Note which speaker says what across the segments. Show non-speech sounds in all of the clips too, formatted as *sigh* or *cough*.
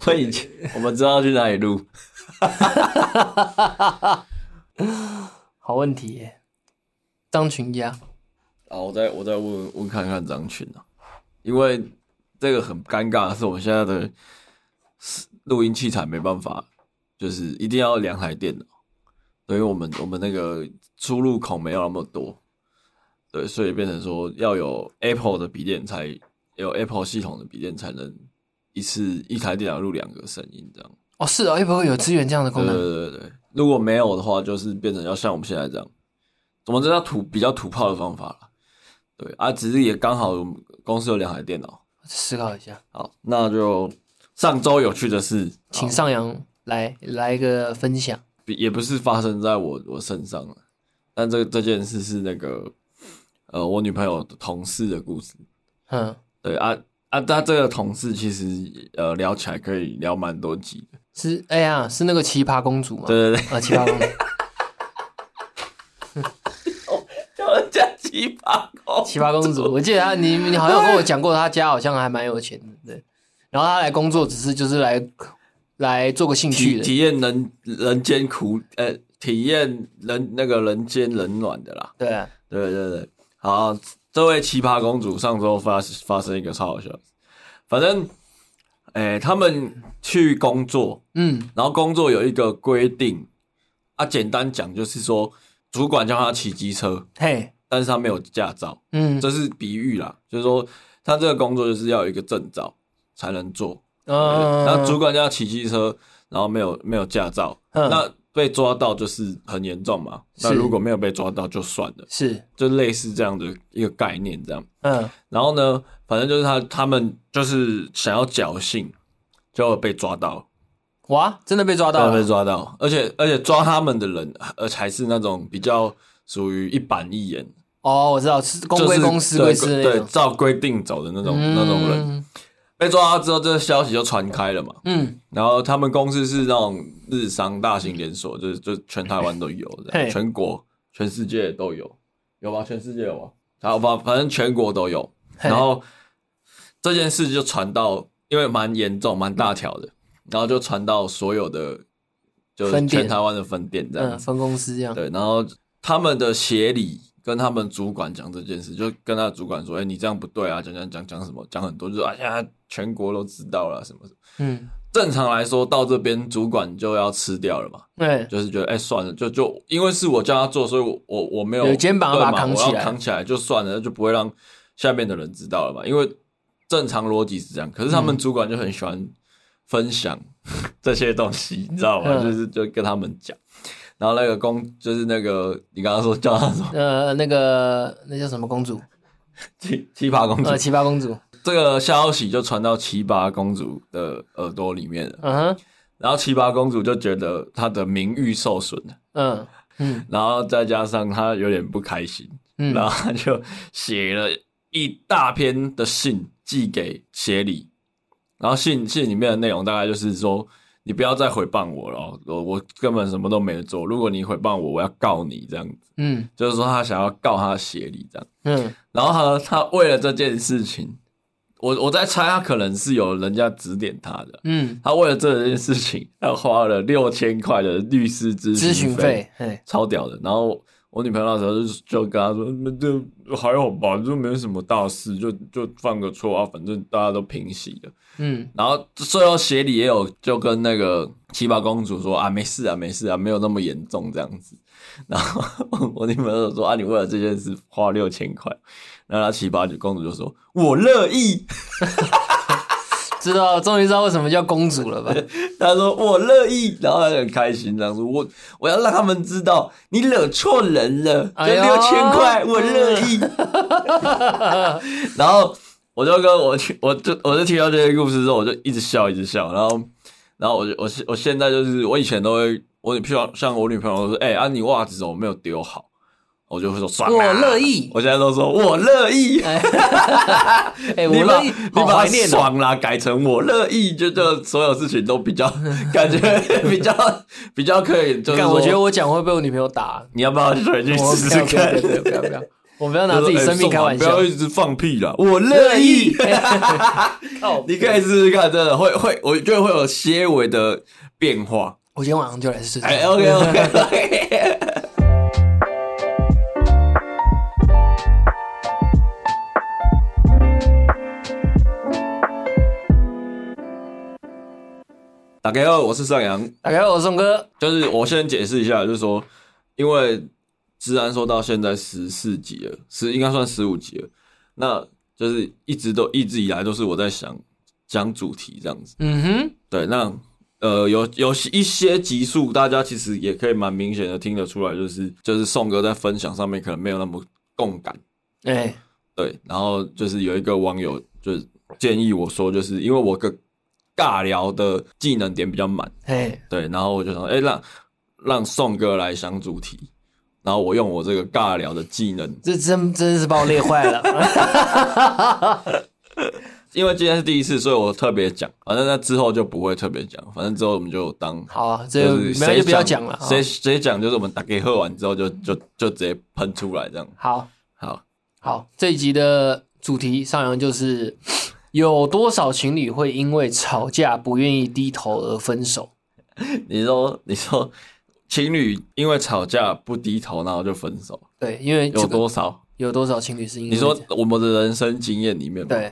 Speaker 1: 所以我们知道去哪里录。
Speaker 2: 好问题耶，张群鸭，
Speaker 1: 啊，我再我再问问看看张群啊，因为这个很尴尬，是我们现在的录音器材没办法，就是一定要两台电脑，所以我们我们那个出入口没有那么多，对，所以变成说要有 Apple 的笔电才有 Apple 系统的笔电才能一次一台电脑录两个声音这样。
Speaker 2: 哦是哦，Apple 有支援这样的功
Speaker 1: 对
Speaker 2: 能，
Speaker 1: 对对对，如果没有的话，就是变成要像我们现在这样，怎么这叫土比较土炮的方法了。对啊，只是也刚好我们公司有两台电脑。
Speaker 2: 思考一下，
Speaker 1: 好，那就上周有趣的事，
Speaker 2: 请上扬来来一个分享。
Speaker 1: 比也不是发生在我我身上了，但这这件事是那个呃我女朋友同事的故事。
Speaker 2: 嗯，
Speaker 1: 对啊啊，她这个同事其实呃聊起来可以聊蛮多集的。
Speaker 2: 是哎呀，是那个奇葩公主吗？
Speaker 1: 对对对，
Speaker 2: 啊，奇葩公主，
Speaker 1: *laughs* 叫人家奇葩狗。
Speaker 2: 奇葩公主，我记得她，你你好像跟我讲过，她家好像还蛮有钱的，对。然后她来工作，只是就是来来做个兴趣
Speaker 1: 体
Speaker 2: 的，
Speaker 1: 体验人人间苦，呃，体验人那个人间冷暖的啦。
Speaker 2: 对啊，
Speaker 1: 对对对，好，这位奇葩公主上周发发生一个超好笑的事，反正，哎、他们去工作，
Speaker 2: 嗯，
Speaker 1: 然后工作有一个规定啊，简单讲就是说，主管叫他骑机车，
Speaker 2: 嘿，
Speaker 1: 但是他没有驾照，
Speaker 2: 嗯，
Speaker 1: 这是比喻啦，就是说他这个工作就是要有一个证照才能做，
Speaker 2: 嗯，
Speaker 1: 然后主管叫他骑机车，然后没有没有驾照，
Speaker 2: 嗯
Speaker 1: 那被抓到就是很严重嘛。那
Speaker 2: 是
Speaker 1: 如果没有被抓到就算了，
Speaker 2: 是，
Speaker 1: 就类似这样的一个概念这样。
Speaker 2: 嗯，
Speaker 1: 然后呢，反正就是他他们就是想要侥幸，结果被抓到，
Speaker 2: 哇，真的被抓到
Speaker 1: 被
Speaker 2: 了，
Speaker 1: 抓到，而且而且抓他们的人，而还是那种比较属于一板一眼，
Speaker 2: 哦，我知道，是公归
Speaker 1: 就是
Speaker 2: 公，私
Speaker 1: 对
Speaker 2: 归私的那
Speaker 1: 对，
Speaker 2: 种，
Speaker 1: 照规定走的那种、
Speaker 2: 嗯
Speaker 1: 那种人。，被抓到之后，这个消息就传开了嘛。
Speaker 2: 嗯，
Speaker 1: 然后他们公司是那种日商大型连锁，就是就全台湾都有，这样
Speaker 2: 嘿
Speaker 1: 全国、全世界都有，有吧？全世界有吧？然后反反正全国都有。
Speaker 2: 嘿
Speaker 1: 然后这件事就传到，因为蛮严重、蛮大条的，然后就传到所有的，就是
Speaker 2: 分店
Speaker 1: 全台湾的分店这样
Speaker 2: 嗯，
Speaker 1: 子。
Speaker 2: 分公司这样，
Speaker 1: 对，然后他们的协理跟他们主管讲这件事，就跟他的主管说：“哎、你这样不对啊！”讲讲讲讲什么，讲很多，就说：“哎呀，全国都知道了，什么什么。”
Speaker 2: 嗯，
Speaker 1: 正常来说，到这边主管就要吃掉了嘛，
Speaker 2: 对，
Speaker 1: 就是觉得哎、算了，就就因为是我叫他做，所以我我我没有
Speaker 2: 有肩膀要
Speaker 1: 对嘛
Speaker 2: 把他扛起来
Speaker 1: 我要扛起来就算了，就不会让下面的人知道了嘛。因为正常逻辑是这样，可是他们主管就很喜欢分享 *laughs* 这些东西，你知道吗？
Speaker 2: 嗯
Speaker 1: 就是就跟他们讲，然后那个公就是那个你刚刚说叫他什么
Speaker 2: 呃，那个那叫什么公主？
Speaker 1: 奇奇葩公主嗯
Speaker 2: 呃，，奇葩公主，
Speaker 1: 这个消息就传到奇葩公主的耳朵里面了，
Speaker 2: 嗯哼，
Speaker 1: 然后奇葩公主就觉得她的名誉受损了。
Speaker 2: 嗯嗯
Speaker 1: 然后再加上他有点不开心，然
Speaker 2: 嗯，
Speaker 1: 后他就写了一大篇的信寄给协理，然后信信里面的内容大概就是说，你不要再诽谤我了哦，我我根本什么都没做，如果你诽谤我，我要告你这样子，
Speaker 2: 嗯
Speaker 1: 就是说他想要告他的协理这样，
Speaker 2: 嗯，
Speaker 1: 然后他他为了这件事情，我我在猜他可能是有人家指点他的。
Speaker 2: 嗯，
Speaker 1: 他为了这件事情，他花了六千块的律师
Speaker 2: 咨
Speaker 1: 咨
Speaker 2: 询
Speaker 1: 费，
Speaker 2: 费，嘿，
Speaker 1: 超屌的。然后我女朋友那时候就就跟他说：“那这还好吧，就没什么大事，就就犯个错啊，反正大家都平息了。
Speaker 2: 嗯”
Speaker 1: 然后最后协理也有就跟那个七八公主说：“啊，没事啊，没事啊，没有那么严重这样子。”然后我女朋友就说：“啊，你为了这件事花六千块。”然后她七八公主就说：“我乐意。”
Speaker 2: 知道，终于知道为什么叫公
Speaker 1: *laughs*
Speaker 2: 主了吧？
Speaker 1: 他说我乐意，然后他很开心，这样说我我要让他们知道你惹错人了，这
Speaker 2: 哎呦
Speaker 1: 六千块我乐
Speaker 2: *laughs*
Speaker 1: 意。然后我就跟我去，我就我就听到这些故事之后，我就一直笑一直笑，然后然后我就我现我现在就是我以前都会，我女像像我女朋友说，哎、啊你袜子怎么没有丢好？我就会说算了，啊
Speaker 2: 我乐意
Speaker 1: 我现在都说我乐意。
Speaker 2: 哎，我
Speaker 1: 你把
Speaker 2: 乐意
Speaker 1: 你，
Speaker 2: 好
Speaker 1: 把
Speaker 2: 怀念哦。
Speaker 1: 爽啦改成我乐意，就就所有事情都比较感觉比较比较可以，就是
Speaker 2: 干，
Speaker 1: 说
Speaker 2: 我觉得我讲会被我女朋友打。
Speaker 1: 你要不要回去
Speaker 2: 我
Speaker 1: 试试看？
Speaker 2: 不要不要不要不要不要！我不要拿自己
Speaker 1: 就说哎
Speaker 2: 生命开玩
Speaker 1: 宋
Speaker 2: 笑
Speaker 1: 华不要。一直放屁啦，我乐 *laughs* 意。
Speaker 2: *laughs* 靠
Speaker 1: 你可以试试看，真的会会，我觉得会有些微的变化。
Speaker 2: 我今天晚上就来试试看。
Speaker 1: 哎，OK OK，打给二，我是盛阳。
Speaker 2: 大家好，我是宋哥。
Speaker 1: 就是我先解释一下，就是说，因为治安说到现在十四集了，十应该算十五集了，那就是一直都一直以来都是我在想讲主题这样子。
Speaker 2: 嗯哼，
Speaker 1: 对，那呃有有一些集数，大家其实也可以蛮明显的听得出来，就是就是宋哥在分享上面可能没有那么共感。
Speaker 2: 哎、
Speaker 1: 对，然后就是有一个网友就是建议我说，就是因为我个尬聊的技能点比较满。
Speaker 2: 哎、
Speaker 1: 对，然后我就想，哎、让让宋哥来想主题，然后我用我这个尬聊的技能，
Speaker 2: 这真真是把我累坏了。
Speaker 1: 因为今天是第一次，所以我特别讲，反正那之后就不会特别讲，反正之后我们就当
Speaker 2: 好啊，这
Speaker 1: 就
Speaker 2: 个
Speaker 1: 是
Speaker 2: 没有
Speaker 1: 谁
Speaker 2: 就不要讲了。哦
Speaker 1: 谁谁讲就是我们打给喝完之后就就就直接喷出来这样。
Speaker 2: 好
Speaker 1: 好，
Speaker 2: 好，这一集的主题上扬就是有多少情侣会因为吵架不愿意低头而分手？
Speaker 1: *laughs* 你说你说情侣因为吵架不低头，然后就分手，
Speaker 2: 对，因为
Speaker 1: 有
Speaker 2: 这个
Speaker 1: 多少？
Speaker 2: 有多少情侣是因为
Speaker 1: 你说我们的人生经验里面吗，
Speaker 2: 对，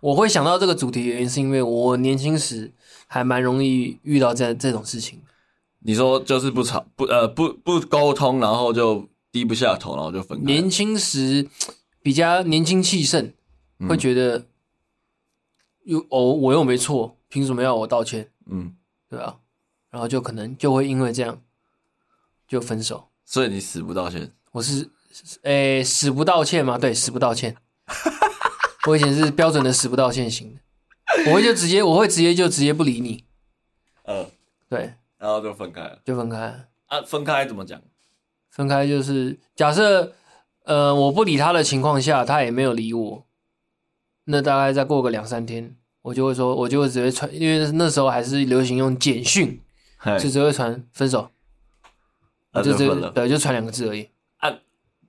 Speaker 2: 我会想到这个主题的原因是因为我年轻时还蛮容易遇到这这种事情。
Speaker 1: 你说就是不吵不呃不不沟通，然后就低不下头，然后就分开了。
Speaker 2: 年轻时比较年轻气盛，
Speaker 1: 嗯
Speaker 2: 会觉得又哦我又没错，凭什么要我道歉？
Speaker 1: 嗯，
Speaker 2: 对吧、然后就可能就会因为这样就分手。
Speaker 1: 所以你死不道歉，
Speaker 2: 我是诶死不道歉吗？对，死不道
Speaker 1: *laughs*
Speaker 2: 歉。我以前是标准的死不道歉型的，我会就直接我会直接就直接不理你，
Speaker 1: 呃，
Speaker 2: 对，
Speaker 1: 然后就分开了
Speaker 2: 就分开了。
Speaker 1: 啊？分开怎么讲？
Speaker 2: 分开就是假设，呃，我不理他的情况下，他也没有理我，那大概再过个两三天，我就会说，我就会直接传，因为那时候还是流行用简讯，
Speaker 1: 嘿
Speaker 2: 就只会传分手，
Speaker 1: 那
Speaker 2: 就
Speaker 1: 呃就
Speaker 2: 只
Speaker 1: 分了
Speaker 2: 对，就传两个字而已。
Speaker 1: 啊？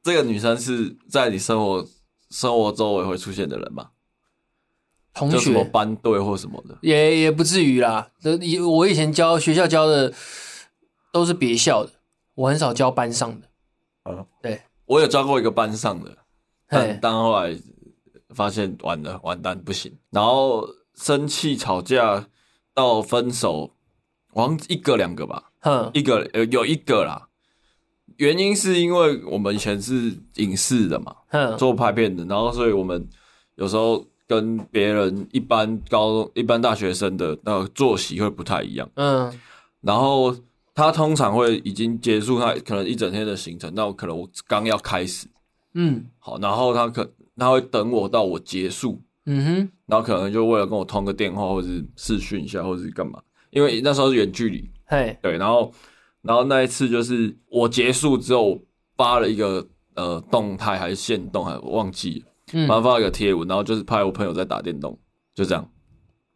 Speaker 1: 这个女生是在你生活生活周围会出现的人吗？
Speaker 2: 同
Speaker 1: 就什么
Speaker 2: 学
Speaker 1: 班队或什么的？
Speaker 2: 也也不至于啦，这以我以前教学校教的都是别校的，我很少教班上的。
Speaker 1: 啊，
Speaker 2: 对，
Speaker 1: 我有教过一个班上的，但
Speaker 2: 嘿，
Speaker 1: 但后来发现完了，完蛋不行，然后生气吵架到分手，好像一个两个吧，
Speaker 2: 哼，
Speaker 1: 一个呃有一个啦，原因是因为我们以前是影视的嘛，
Speaker 2: 哼，
Speaker 1: 做拍片的，然后所以我们有时候跟别人一般高中、一般大学生的那个作息会不太一样。
Speaker 2: 嗯，
Speaker 1: 然后他通常会已经结束他可能一整天的行程，那我可能我刚要开始，
Speaker 2: 嗯，
Speaker 1: 好，然后他可他会等我到我结束，
Speaker 2: 嗯哼，
Speaker 1: 然后可能就为了跟我通个电话，或是视讯一下，或是干嘛，因为那时候是远距离，
Speaker 2: 嘿，
Speaker 1: 对，然后然后那一次就是我结束之后我发了一个呃动态还是限动，还我忘记了，
Speaker 2: 嗯，
Speaker 1: 反
Speaker 2: 然
Speaker 1: 正发了一个贴文，然后就是拍我朋友在打电动，就这样。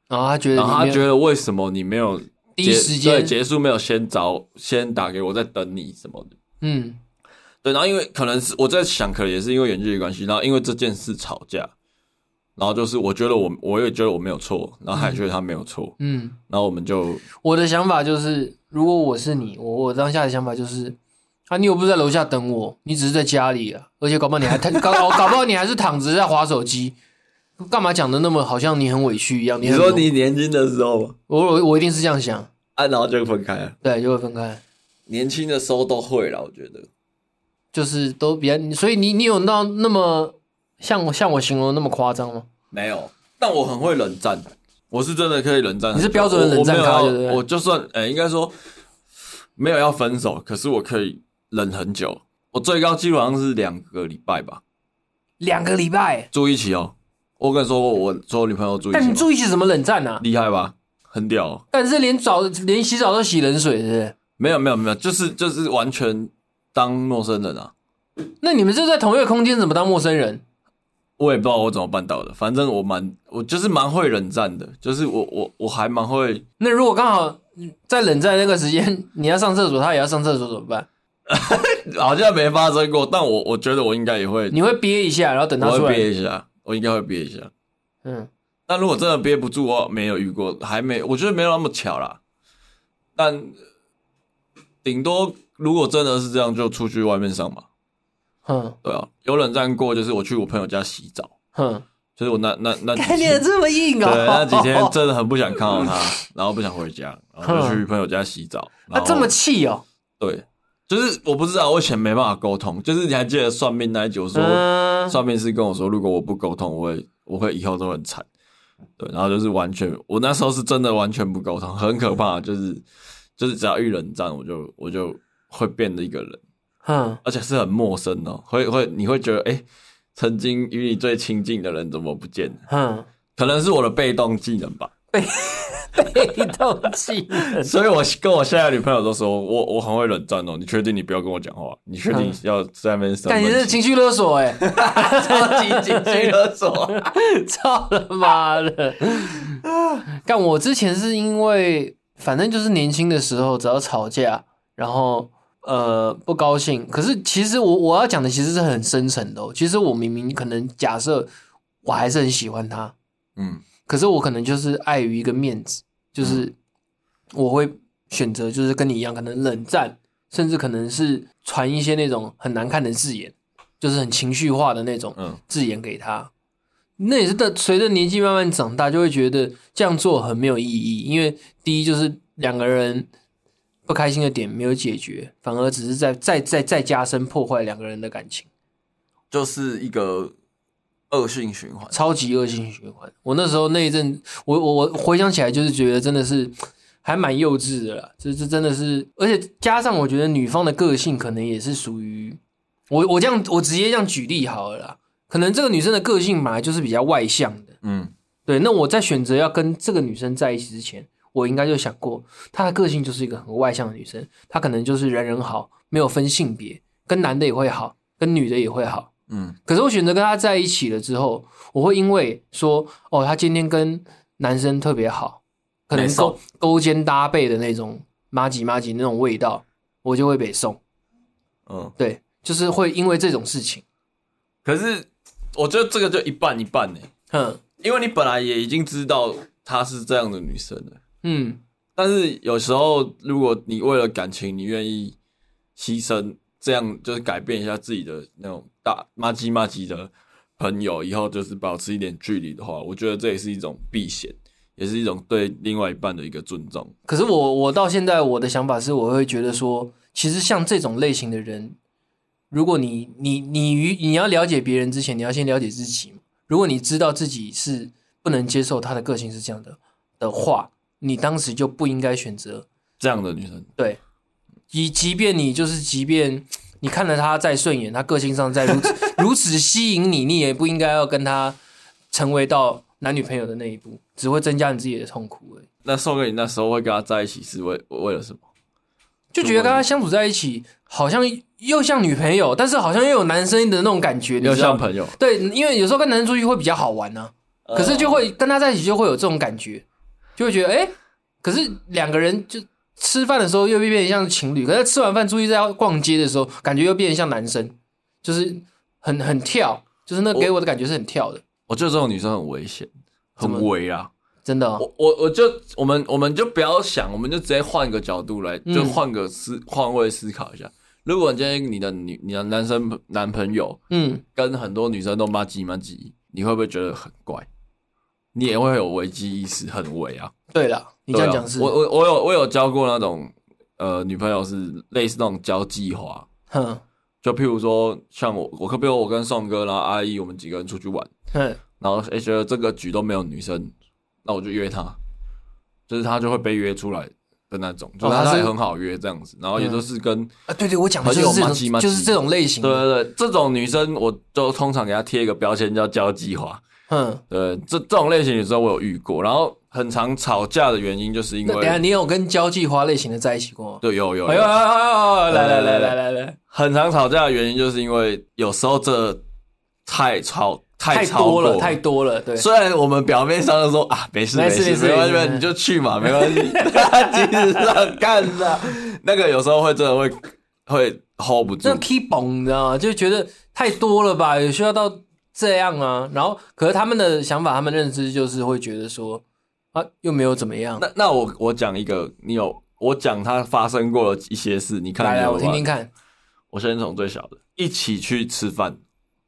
Speaker 2: 后他觉得
Speaker 1: 然后他
Speaker 2: 你
Speaker 1: 觉
Speaker 2: 没有
Speaker 1: 得为什么你没有
Speaker 2: 第一
Speaker 1: 结
Speaker 2: 时间
Speaker 1: 对结束没有先找先打给我，在等你什么的。
Speaker 2: 嗯，
Speaker 1: 对，然后因为可能是我在想，可能也是因为远距离关系，然后因为这件事吵架，然后就是我觉得我我也觉得我没有错，然后他也觉得他没有错，
Speaker 2: 嗯，
Speaker 1: 然后我们就
Speaker 2: 我的想法就是，如果我是你，我我当下的想法就是，啊，你又不是在楼下等我，你只是在家里啊，而且搞不好你还搞搞搞不好你还是躺着在划手机，干嘛讲的那么好像你很委屈一样？
Speaker 1: 你
Speaker 2: 很
Speaker 1: 说
Speaker 2: 委
Speaker 1: 你年轻的时候嘛，
Speaker 2: 我我我一定是这样想，
Speaker 1: 啊，然后就分开了。
Speaker 2: 对，就会分开。
Speaker 1: 年轻的时候都会啦，我觉得
Speaker 2: 就是都比较，所以你你有到那么像我像我形容的那么夸张吗？
Speaker 1: 没有，但我很会冷战，我是真的可以冷战很久。
Speaker 2: 你是标准的
Speaker 1: 我
Speaker 2: 冷战
Speaker 1: 我
Speaker 2: 咖对不
Speaker 1: 没有
Speaker 2: 对
Speaker 1: 要，我就算呃、应该说没有要分手，可是我可以冷很久。我最高纪录好像是两个礼拜吧，
Speaker 2: 两个礼拜，
Speaker 1: 住一起哦。我跟你说过，我所有女朋友住一
Speaker 2: 但
Speaker 1: 起
Speaker 2: 你
Speaker 1: 吗，
Speaker 2: 住一起怎么冷战啊？
Speaker 1: 厉害吧？很屌哦、
Speaker 2: 但是连澡连洗澡都洗冷水，是不是？
Speaker 1: 没有没有没有，就是就是完全当陌生人啊。
Speaker 2: 那你们就在同一个空间，怎么当陌生人？
Speaker 1: 我也不知道我怎么办到的，反正我蛮我就是蛮会冷战的，就是我我我还蛮会
Speaker 2: *laughs* 那如果刚好嗯在冷战那个时间，你要上厕所，他也要上厕所，怎么办？
Speaker 1: 好像没发生过，但我我觉得我应该也会，
Speaker 2: 你会憋一下，然后等他
Speaker 1: 我
Speaker 2: 出
Speaker 1: 会
Speaker 2: 来。
Speaker 1: 憋一下，我应该会憋一下。
Speaker 2: 嗯，
Speaker 1: 但如果真的憋不住，我没有遇过，还没，我觉得没有那么巧啦。但顶多如果真的是这样，就出去外面上吧。
Speaker 2: 哼
Speaker 1: 对啊，有冷战过，就是我去我朋友家洗澡，
Speaker 2: 哼，
Speaker 1: 就是我那那那几
Speaker 2: 概
Speaker 1: 天
Speaker 2: 念，这么硬啊、
Speaker 1: 对，那几
Speaker 2: *laughs*
Speaker 1: 天真的很不想看到他，然后不想回家，然后就去朋友家洗澡。
Speaker 2: 啊
Speaker 1: 然后
Speaker 2: 这么气哦、
Speaker 1: 对，就是我不知道，我以前没办法沟通，就是你还记得算命那一集，我说、
Speaker 2: 嗯，
Speaker 1: 算命师跟我说，如果我不沟通，我会我会以后都很惨。对，然后就是完全，我那时候是真的完全不沟通，很可怕，就是就是只要遇冷战，我就我就会变得一个人，
Speaker 2: 哼，
Speaker 1: 而且是很陌生哦，会会你会觉得，哎、曾经与你最亲近的人怎么不见了？ *laughs*
Speaker 2: 哼，
Speaker 1: 可能是我的被动技能吧，
Speaker 2: 被动技能，
Speaker 1: 所以我跟我现在的女朋友都说，我我很会冷战哦，你确定你不要跟我讲话？你确定要在那边生闷
Speaker 2: 感
Speaker 1: 气？
Speaker 2: 觉是情绪勒索
Speaker 1: *laughs*
Speaker 2: 哎、 *laughs*
Speaker 1: 超级紧急勒索。
Speaker 2: 操了妈的！干我之前是因为，反正就是年轻的时候，只要吵架，然后呃不高兴。可是其实我我要讲的其实是很深层的、哦。其实我明明可能假设我还是很喜欢他，
Speaker 1: *laughs* 嗯
Speaker 2: 可是我可能就是碍于一个面子，就是我会选择就是跟你一样，可能冷战，甚至可能是传一些那种很难看的字眼，就是很情绪化的那种
Speaker 1: 嗯
Speaker 2: 字眼给他。那也是的，随着年纪慢慢长大，就会觉得这样做很没有意义，因为第一就是两个人不开心的点没有解决，反而只是在再再再加深破坏两个人的感情。
Speaker 1: 就是一个恶性循环。
Speaker 2: 超级恶性循环。我那时候那一阵，我我我回想起来，就是觉得真的是还蛮幼稚的啦，这这真的是，而且加上我觉得女方的个性可能也是属于我我这样我直接这样举例好了啦，可能这个女生的个性本来就是比较外向的，
Speaker 1: 嗯，
Speaker 2: 对，那我在选择要跟这个女生在一起之前，我应该就想过，她的个性就是一个很外向的女生，她可能就是人人好，没有分性别，跟男的也会好，跟女的也会好。
Speaker 1: 嗯，
Speaker 2: 可是我选择跟她在一起了之后，我会因为说，哦，她今天跟男生特别好，可
Speaker 1: 北
Speaker 2: 能
Speaker 1: 宋
Speaker 2: 勾勾肩搭背的那种妈吉妈吉那种味道，我就会被送。
Speaker 1: 嗯，
Speaker 2: 对，就是会因为这种事情，
Speaker 1: 可是我觉得这个就一半一半欸呢，
Speaker 2: 哼，
Speaker 1: 因为你本来也已经知道她是这样的女生了，
Speaker 2: 嗯
Speaker 1: 但是有时候如果你为了感情，你愿意牺牲，这样就是改变一下自己的那种大妈鸡妈鸡的朋友，以后就是保持一点距离的话，我觉得这也是一种避嫌，也是一种对另外一半的一个尊重。
Speaker 2: 可是我我到现在我的想法是，我会觉得说，其实像这种类型的人，如果你你你与你要了解别人之前，你要先了解自己嘛。如果你知道自己是不能接受他的个性是这样的的话，你当时就不应该选择
Speaker 1: 这样的女生，
Speaker 2: 对。以即便你就是即便你看了他再顺眼，他个性上再如此如此吸引你，你也不应该要跟他成为到男女朋友的那一步，只会增加你自己的痛苦而已。
Speaker 1: 那送给你那时候会跟她在一起是为为了什么？
Speaker 2: 就觉得跟他相处在一起，好像又像女朋友，但是好像又有男生的那种感觉，你
Speaker 1: 要
Speaker 2: 知道
Speaker 1: 像
Speaker 2: 吗？
Speaker 1: 朋友，
Speaker 2: 对，因为有时候跟男生出去会比较好玩呢、可是就会跟他在一起就会有这种感觉，就会觉得哎、诶可是两个人就吃饭的时候又变变得像情侣，可是吃完饭出去在逛街的时候，感觉又变得像男生，就是很很跳，就是那给我的感觉是很跳的，
Speaker 1: 我哦觉得这种女生很危险，
Speaker 2: 怎么
Speaker 1: 很危啊！
Speaker 2: 真的、哦，
Speaker 1: 我我我就我们我们就不要想，我们就直接换个角度来，
Speaker 2: 嗯
Speaker 1: 就换个思换位思考一下。如果今天你的女你的男生男朋友
Speaker 2: 嗯，
Speaker 1: 跟很多女生都妈鸡妈鸡，你会不会觉得很怪？你也会有危机意识，很危啊！
Speaker 2: 对了，你这样
Speaker 1: 对啊
Speaker 2: 讲是，
Speaker 1: 我我我有我有交过那种呃女朋友是类似那种交际花，
Speaker 2: 哼
Speaker 1: 就譬如说像我我跟比如我跟宋哥然后阿姨我们几个人出去玩，
Speaker 2: 哼，
Speaker 1: 然后诶觉得这个局都没有女生，那我就约她，就是她就会被约出来的那种，就是
Speaker 2: 她
Speaker 1: 她
Speaker 2: 哦是
Speaker 1: 也很好约这样子，然后也都是跟、
Speaker 2: 啊，对对，我讲的就
Speaker 1: 很有
Speaker 2: 是这
Speaker 1: 麻吉
Speaker 2: 种，
Speaker 1: 麻吉
Speaker 2: 就是这种类型
Speaker 1: 对
Speaker 2: 的，
Speaker 1: 对对，这种女生我就通常给她贴一个标签叫交际花，
Speaker 2: 嗯。
Speaker 1: 对，这这种类型女生我有遇过，然后很常吵架的原因就是因
Speaker 2: 那等一下
Speaker 1: 为
Speaker 2: 你有跟交际花类型的在一起过吗？
Speaker 1: 对有有
Speaker 2: 哎呦哎
Speaker 1: 有，
Speaker 2: 呦哎呦哎呦！来来
Speaker 1: 呃
Speaker 2: 来来来来，
Speaker 1: 很常吵架的原因就是因为有时候这太超
Speaker 2: 太
Speaker 1: 超
Speaker 2: 多
Speaker 1: 过
Speaker 2: 了，太多了，对，
Speaker 1: *laughs* 虽然我们表面上都说啊，没事
Speaker 2: 没事
Speaker 1: 事
Speaker 2: 没事
Speaker 1: 没关系，没
Speaker 2: 没事
Speaker 1: 关系你就去嘛， *laughs* 没关系。其实上干的，那个有时候会真的会会 hold 不住
Speaker 2: 那。key 绷，你知道吗？就觉得太多了吧，也需要到这样啊。然后，可是他们的想法，他们认知就是会觉得说，啊，又没有怎么样。
Speaker 1: 那那我我讲一个，你有我讲他发生过的一些事，你看
Speaker 2: 来
Speaker 1: 你
Speaker 2: 来，
Speaker 1: 有
Speaker 2: 我听
Speaker 1: 吗
Speaker 2: 听看，
Speaker 1: 我先从最小的，一起去吃饭，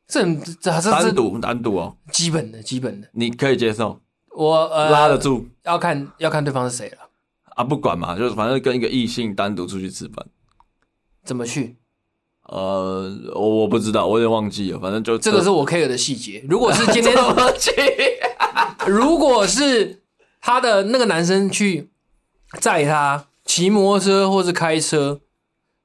Speaker 2: 这很这这
Speaker 1: 单
Speaker 2: 这
Speaker 1: 独单独哦，
Speaker 2: 基本的基本的，
Speaker 1: 你可以接受，
Speaker 2: 我呃
Speaker 1: 拉得住
Speaker 2: 要看要看对方是谁了，
Speaker 1: 啊，不管嘛，就是反正跟一个异性单独出去吃饭。
Speaker 2: 怎么去，
Speaker 1: 呃，我我不知道，我有点忘记了，反正就
Speaker 2: 这个是我 care 的细节。如果是
Speaker 1: *laughs*
Speaker 2: 今天
Speaker 1: 去
Speaker 2: 如果是他的那个男生去载他骑摩托车或是开车，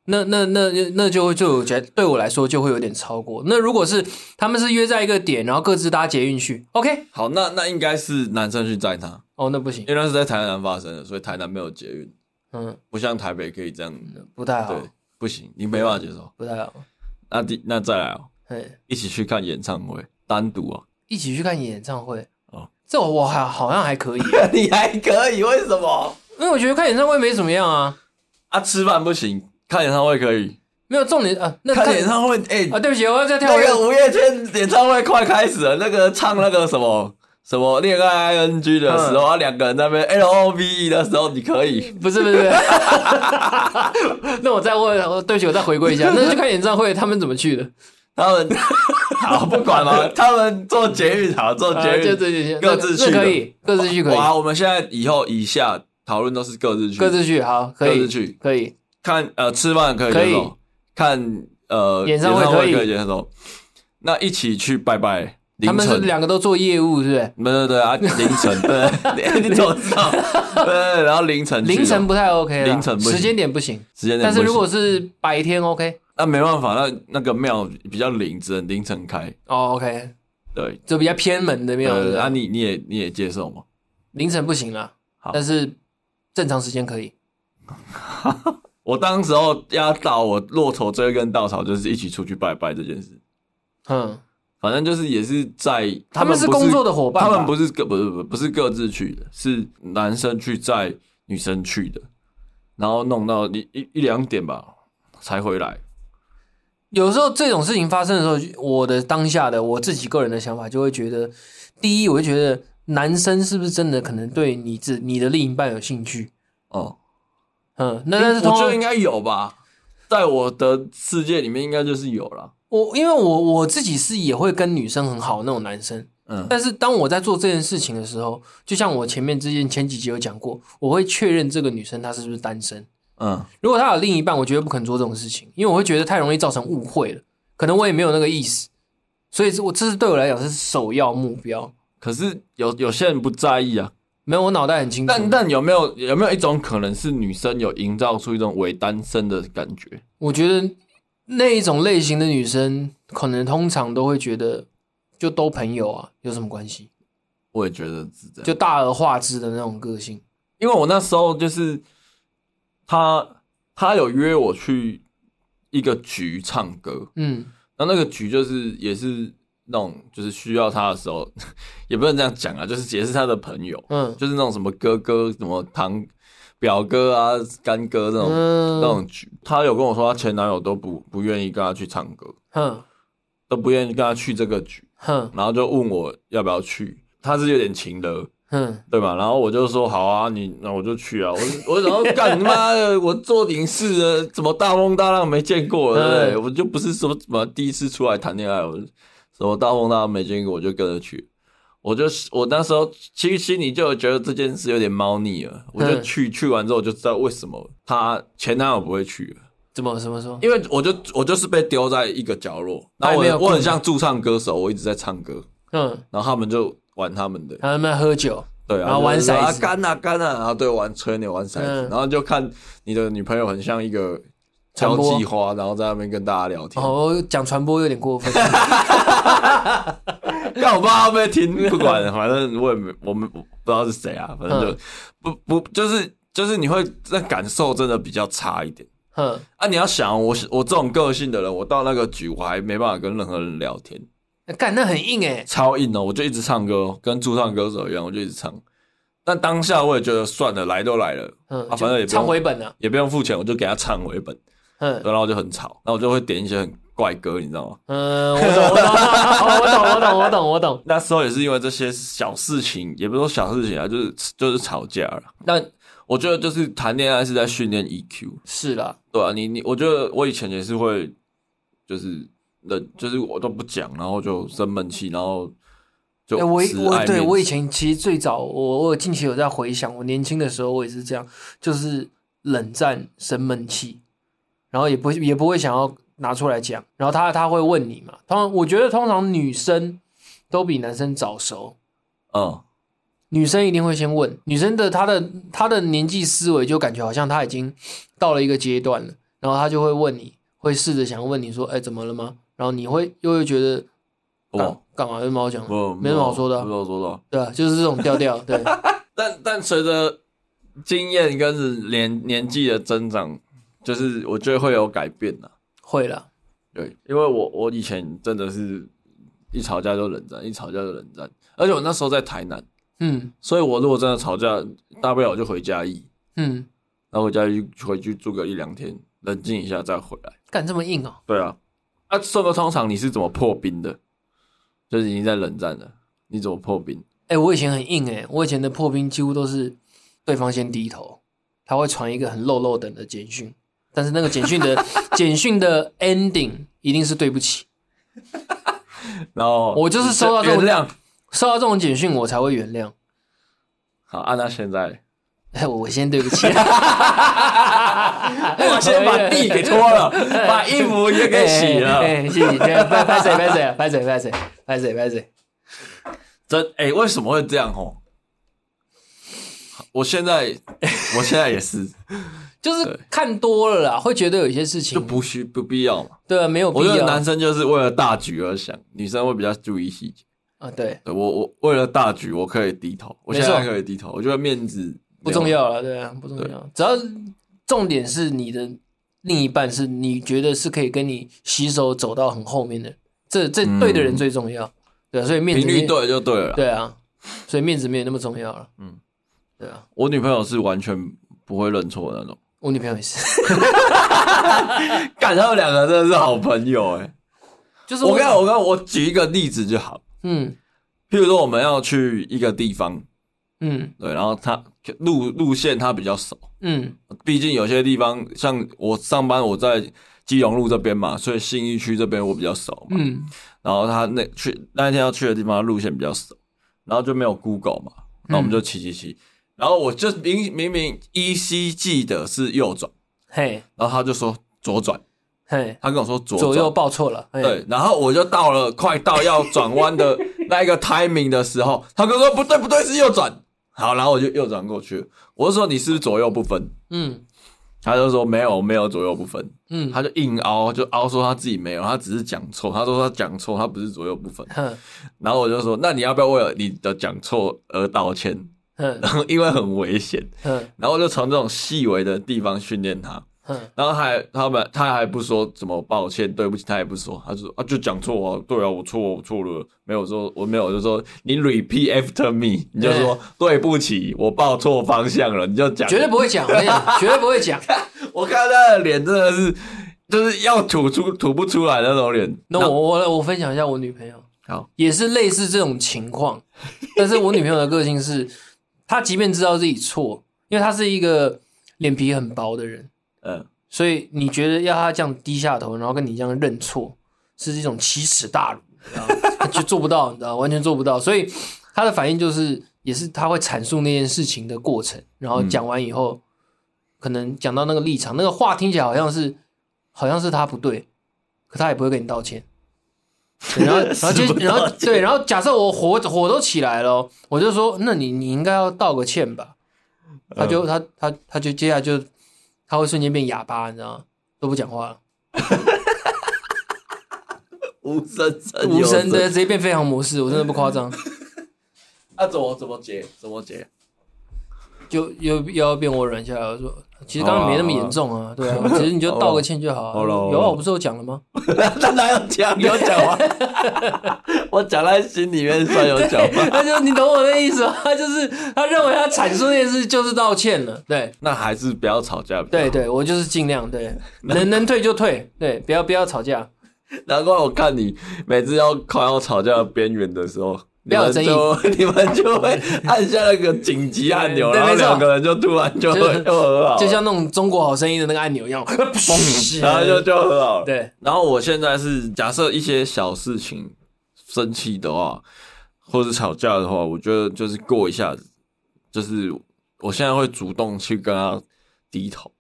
Speaker 2: 那那那那就会就有觉对我来说就会有点超过。那如果是他们是约在一个点，然后各自搭捷运去，OK？
Speaker 1: *laughs* 好，那那应该是男生去载他，
Speaker 2: 哦，那不行，
Speaker 1: 因为那是在台南发生的，所以台南没有捷运，
Speaker 2: 嗯，
Speaker 1: 不像台北可以这样，
Speaker 2: 不太好
Speaker 1: 对，，不行，你没办法接受。
Speaker 2: 不太好。
Speaker 1: 那第那再来哦，
Speaker 2: 嘿，
Speaker 1: 一起去看演唱会，单独哦，
Speaker 2: 一起去看演唱会，
Speaker 1: 哦
Speaker 2: 这我我还好像还可以，
Speaker 1: *laughs* 你还可以，为什么？
Speaker 2: 因为我觉得看演唱会没怎么样啊，
Speaker 1: 啊，吃饭不行，看演唱会可以，
Speaker 2: 没有重点啊。那
Speaker 1: 看
Speaker 2: 看
Speaker 1: 演唱会，哎、
Speaker 2: 啊，对不起，我要再跳
Speaker 1: 那
Speaker 2: 一个
Speaker 1: 个五月天演唱会快开始了，那个唱那个什么什么恋爱 ING 的时候，啊，两个人在那边 L O V E 的时候，你可以。
Speaker 2: 不是不是， *laughs* 不是那我再问，我对不起，我再回归一下，
Speaker 1: *laughs*
Speaker 2: 那去看演唱会，他们怎么去的？
Speaker 1: 他们 *laughs* 好不管了，他们坐捷运好，坐捷
Speaker 2: 啊
Speaker 1: 运、
Speaker 2: 就这些，
Speaker 1: 各自
Speaker 2: 那
Speaker 1: 去
Speaker 2: 那
Speaker 1: 的
Speaker 2: 可以，各自去可以，
Speaker 1: 哇，我们现在以后以下讨论都是各自去，
Speaker 2: 各自去，好，可
Speaker 1: 各
Speaker 2: 以
Speaker 1: 自去
Speaker 2: 可以，
Speaker 1: 看呃吃饭可以
Speaker 2: 可以
Speaker 1: 接受，看呃
Speaker 2: 演唱会
Speaker 1: 会
Speaker 2: 可以
Speaker 1: 可以接受，那一起去拜拜。
Speaker 2: 他
Speaker 1: 凌
Speaker 2: 们是
Speaker 1: 晨
Speaker 2: 两个都做业务，是不是？
Speaker 1: 对对对
Speaker 2: *laughs*
Speaker 1: 啊，凌晨，对，你怎么知道？对，然后凌晨去的，
Speaker 2: 凌晨不太 OK，啦
Speaker 1: 凌晨不行
Speaker 2: 时间点不行，
Speaker 1: 时间点
Speaker 2: 但
Speaker 1: 不行，
Speaker 2: 是如果是白天 OK，
Speaker 1: 那没办法，那那个庙比较灵，只能凌晨开。
Speaker 2: 哦 OK，
Speaker 1: 对，
Speaker 2: 就比较偏门的庙，是不
Speaker 1: 呃，
Speaker 2: 是
Speaker 1: 啊你你也你也接受吗？
Speaker 2: 凌晨不行啦
Speaker 1: 好，
Speaker 2: 但是正常时间可以，
Speaker 1: 我当时候压倒我骆驼最后一根稻草，就是一起出去拜拜这件事。
Speaker 2: 嗯，
Speaker 1: 反正就是也是在
Speaker 2: 他们是
Speaker 1: 不
Speaker 2: 工作的伙伴吧，
Speaker 1: 他们不是各不是不是不是各自去的，是男生去载女生去的，然后弄到一一一两点吧才回来。
Speaker 2: 有时候这种事情发生的时候，我的当下的我自己个人的想法就会觉得，第一，我就觉得男生是不是真的可能对你自你的另一半有兴趣？
Speaker 1: 哦、
Speaker 2: 嗯，那但是通
Speaker 1: 我觉
Speaker 2: 常
Speaker 1: 得应该有吧，在我的世界里面应该就是有了。
Speaker 2: 我因为我我自己是也会跟女生很好的那种男生，
Speaker 1: 嗯，
Speaker 2: 但是当我在做这件事情的时候，就像我前面之前前几集有讲过，我会确认这个女生她是不是单身。
Speaker 1: 嗯，
Speaker 2: 如果她有另一半，我绝对不肯做这种事情，因为我会觉得太容易造成误会了，可能我也没有那个意思，所以这我这是对我来讲是首要目标。
Speaker 1: 可是有有些人不在意啊。
Speaker 2: 没有，我脑袋很清楚。
Speaker 1: 但但有没有有没有一种可能是女生有营造出一种伪单身的感觉？
Speaker 2: 我觉得那一种类型的女生，可能通常都会觉得，就都朋友啊，有什么关系？
Speaker 1: 我也觉得是这样。
Speaker 2: 就大而化之的那种个性。
Speaker 1: 因为我那时候就是他他有约我去一个局唱歌，
Speaker 2: 嗯，
Speaker 1: 那那个局就是也是那种就是需要他的时候， *laughs* 也不能这样讲啊，就是也是他的朋友，
Speaker 2: 嗯
Speaker 1: 就是那种什么哥哥、什么堂表哥啊、干哥那种、
Speaker 2: 嗯
Speaker 1: 那种局。他有跟我说，他前男友都不不愿意跟他去唱歌，
Speaker 2: 哼
Speaker 1: 都不愿意跟他去这个局，
Speaker 2: 哼
Speaker 1: 然后就问我要不要去。他是有点情的，
Speaker 2: 哼，
Speaker 1: 对吧？然后我就说好啊，你那我就去啊。我我然后干你妈的，我做影视的，怎么大风大浪没见过，对不对？
Speaker 2: 嗯
Speaker 1: 我就不是说什么第一次出来谈恋爱，我就什么大风大浪没见过，我就跟着去。我就我那时候其实心里就有觉得这件事有点猫腻了，我就
Speaker 2: 嗯
Speaker 1: 去去完之后我就知道为什么他前男友不会去了，
Speaker 2: 怎么怎么说？
Speaker 1: 因为我就我就是被丢在一个角落，
Speaker 2: 他
Speaker 1: 然后
Speaker 2: 也没有
Speaker 1: 我我很
Speaker 2: 空
Speaker 1: 像驻唱歌手，我一直在唱歌，
Speaker 2: 嗯，
Speaker 1: 然后他们就玩他们的，
Speaker 2: 他们喝酒，
Speaker 1: 对啊，
Speaker 2: 然后玩
Speaker 1: 就是说
Speaker 2: 骰
Speaker 1: 啊
Speaker 2: 子
Speaker 1: 干啊干啊，然后对玩吹牛玩骰子
Speaker 2: 嗯，
Speaker 1: 然后就看你的女朋友很像一个
Speaker 2: 传
Speaker 1: 交
Speaker 2: 播
Speaker 1: 际花，然后在那边跟大家聊天，
Speaker 2: 哦，我讲传播有点过分。
Speaker 1: *laughs* 干我不知道他会不会听， *laughs* 不管，反正我也没我们我不知道是谁啊，反正就
Speaker 2: 嗯
Speaker 1: 不不就是就是你会那感受真的比较差一点
Speaker 2: 哼，
Speaker 1: 啊！你要想我是我这种个性的人，我到那个局我还没办法跟任何人聊天，
Speaker 2: 干那很硬哎、
Speaker 1: 超硬哦，我就一直唱歌哦，跟驻唱歌手一样，我就一直唱。但当下我也觉得算了，来都来了，
Speaker 2: 嗯，
Speaker 1: 啊，反正也
Speaker 2: 就
Speaker 1: 不用
Speaker 2: 唱回本啊。
Speaker 1: 也不用付钱，我就给他唱回本。
Speaker 2: 嗯
Speaker 1: 然后就很吵，那我就会点一些很怪歌，你知道吗？
Speaker 2: 嗯，我懂，我懂，我懂，我懂，我懂，我懂。
Speaker 1: 那时候也是因为这些小事情，也不是说小事情啊，就是就是吵架了。但我觉得就是谈恋爱是在训练 EQ，
Speaker 2: 是啦，
Speaker 1: 对啊，你你，我觉得我以前也是会，就是冷，就是我都不讲，然后就生闷气，然后就
Speaker 2: 哎，我
Speaker 1: 只
Speaker 2: 我
Speaker 1: 爱
Speaker 2: 对
Speaker 1: 面
Speaker 2: 我以
Speaker 1: 子
Speaker 2: 前其实最早，我我有近期有在回想，我年轻的时候我也是这样，就是冷战生闷气，然后也不也不会想要拿出来讲，然后他他会问你嘛，通常我觉得通常女生都比男生早熟，
Speaker 1: 嗯，
Speaker 2: 女生一定会先问，女生的她的她的年纪思维就感觉好像她已经到了一个阶段了，然后她就会问你，会试着想问你说，哎，怎么了吗？然后你会又会觉得干
Speaker 1: 我
Speaker 2: 干嘛有什么好讲的？
Speaker 1: 我
Speaker 2: 哦没什么好说的啊
Speaker 1: 没什么好说的啊。
Speaker 2: 对啊，就是这种调调，对。 *laughs*
Speaker 1: 但但随着经验跟年年纪的增长，就是我觉得会有改变的、
Speaker 2: 会了，
Speaker 1: 对，因为我我以前真的是一吵架就冷战，一吵架就冷战，而且我那时候在台南，
Speaker 2: 嗯
Speaker 1: 所以我如果真的吵架，大不了我就回嘉义，
Speaker 2: 嗯，
Speaker 1: 然后回嘉义回去住个一两天，冷静一下再回来。
Speaker 2: 干这么硬哦，
Speaker 1: 对啊，啊，这个通常你是怎么破冰的？就是已经在冷战了，你怎么破冰？
Speaker 2: 哎、我以前很硬哎、我以前的破冰几乎都是对方先低头，他会传一个很肉肉等的简讯，但是那个简
Speaker 1: *laughs*
Speaker 2: 讯的简讯的 ending 一定是对不起，
Speaker 1: 然后
Speaker 2: 我就是收到这种
Speaker 1: 原谅。
Speaker 2: 收到这种简讯我才会原谅。
Speaker 1: 好，按、啊、那现在，
Speaker 2: 哎，我先对不
Speaker 1: *laughs*
Speaker 2: 起，
Speaker 1: 我先把地给拖
Speaker 2: *laughs*
Speaker 1: 了， *laughs* 把衣服也给洗了。
Speaker 2: 哎，哎哎谢谢，拍拍谁拍谁拍谁拍谁拍谁拍谁，
Speaker 1: 真哎、为什么会这样吼？我现在，我现在也
Speaker 2: *laughs*
Speaker 1: 是，
Speaker 2: 就是
Speaker 1: 对
Speaker 2: 看多了啦，会觉得有一些事
Speaker 1: 就
Speaker 2: 情
Speaker 1: 不需不必要嘛。
Speaker 2: 对啊没有必
Speaker 1: 我觉得男
Speaker 2: 要
Speaker 1: 生就是为了大局而想，女生会比较注意细节。
Speaker 2: 啊，对，
Speaker 1: 对我我为了大局，我可以低头，我现
Speaker 2: 没错
Speaker 1: 在可以低头。我觉得面子
Speaker 2: 不重，要了，对啊，不重要。只要重点是你的另一半是你觉得是可以跟你携手走到很后面的，这这
Speaker 1: 嗯
Speaker 2: 对的人最重要，对啊、所以面子
Speaker 1: 频率
Speaker 2: 没
Speaker 1: 对就对了啦。
Speaker 2: 对啊，所以面子没有那么重要了，嗯
Speaker 1: 嗯，
Speaker 2: 对啊，
Speaker 1: 我女朋友是完全不会认错的那种。
Speaker 2: 我女朋友也是，
Speaker 1: *laughs* 干，他们两个真的是好朋友哎、
Speaker 2: 就是
Speaker 1: 我跟你讲我跟你讲我举一个例子就好，
Speaker 2: 嗯
Speaker 1: 譬如说我们要去一个地方，
Speaker 2: 嗯
Speaker 1: 对，然后他路路线他比较熟，
Speaker 2: 嗯
Speaker 1: 毕竟有些地方像我上班我在基隆路这边嘛，所以信义区这边我比较熟嘛。
Speaker 2: 嗯
Speaker 1: 然后他那去那一天要去的地方路线比较熟，然后就没有 Google 嘛，然后我们就
Speaker 2: 嗯
Speaker 1: 骑骑骑，然后我就明明明依稀记得是右转，
Speaker 2: 嘿
Speaker 1: 然后他就说左转。
Speaker 2: 嘿，
Speaker 1: 他跟我说左
Speaker 2: 左右
Speaker 1: 转
Speaker 2: 报错了，嘿，
Speaker 1: 对，然后我就到了快到要转弯的 *laughs* 那一个 timing 的时候，他跟我说不对不对是右转，好，然后我就右转过去了，我就说你是不是左右不分？
Speaker 2: 嗯
Speaker 1: 他就说没有没有左右不分，
Speaker 2: 嗯，
Speaker 1: 他就硬凹就凹说他自己没有，他只是讲错，他说他讲错，他不是左右不分。
Speaker 2: 哼
Speaker 1: 然后我就说那你要不要为了你的讲错而道歉？ *laughs*
Speaker 2: 哼
Speaker 1: 然后因为很危险， *laughs*
Speaker 2: 哼
Speaker 1: 然后我就从这种细微的地方训练他。
Speaker 2: 哼，
Speaker 1: 然后还他们他还不说怎么抱歉对不起，他也不说，他就说啊就讲错啊，对啊我错我错了，没有说我没有，我就说你 repeat after me，你就说对不起，我报错方向了，你就讲。
Speaker 2: 绝对不会讲，我跟你讲，绝对不会讲
Speaker 1: 我看他的脸真的是就是要吐出吐不出来那种脸。
Speaker 2: 那我我来我分享一下我女朋友。
Speaker 1: 好，
Speaker 2: 也是类似这种情况，但是我女朋友的个性是，她即便知道自己错，因为她是一个脸皮很薄的人，
Speaker 1: 嗯，
Speaker 2: 所以你觉得要她这样低下头，然后跟你这样认错，是一种奇耻大辱，你知道吗她就做不到，你知道，完全做不到。所以她的反应就是，也是她会阐述那件事情的过程，然后讲完以后，可能讲到那个立场，那个话听起来好像是好像是她不对， *laughs* 可她也不会跟你道歉。对然后，然后
Speaker 1: 死
Speaker 2: 接，
Speaker 1: 不
Speaker 2: 然后
Speaker 1: 道歉
Speaker 2: 对，然后假设我火火都起来了哦，我就说，那你你应该要道个歉吧。他
Speaker 1: 嗯
Speaker 2: 就他他他就接下来就他会瞬间变哑巴，你知道吗？都不讲话了，
Speaker 1: 无声胜
Speaker 2: 无
Speaker 1: 有
Speaker 2: 声的直接变飞行模式，我真的不夸张，
Speaker 1: 啊怎么怎么解怎么解？ *laughs*
Speaker 2: 就又又要变我软下来，我说其实刚刚没那么严重啊，对
Speaker 1: *laughs*
Speaker 2: 啊，其实你就道个歉就好啊。
Speaker 1: 好了好了
Speaker 2: 有啊，我不是有讲了吗？ *laughs*
Speaker 1: 那哪有讲？有讲吗？ *laughs* 我讲在心里面算有讲 *laughs* 吗？
Speaker 2: 那就你懂我的意思吗？他就是他认为他阐述那件事就是道歉了，对。
Speaker 1: 那还是不要吵架。
Speaker 2: 对，对，我就是尽
Speaker 1: *laughs*
Speaker 2: 量对，能能退就退，对，不要不要吵架，
Speaker 1: 难怪我看你每次要快要吵架的边缘的时候，
Speaker 2: 不要有争议
Speaker 1: 你们就 *laughs* 你们就会按下那个紧急按钮，
Speaker 2: 对
Speaker 1: 然后
Speaker 2: 没错
Speaker 1: 两个人就突然就会
Speaker 2: 就是
Speaker 1: 就和好了，
Speaker 2: 就像那种中国好声音的那个按钮一
Speaker 1: *laughs*
Speaker 2: 样，砰
Speaker 1: 然后就就和好了。
Speaker 2: 对，
Speaker 1: 然后我现在是假设一些小事情生气的话，或者吵架的话，我觉得就是过一下子，就是我现在会主动去跟他低头，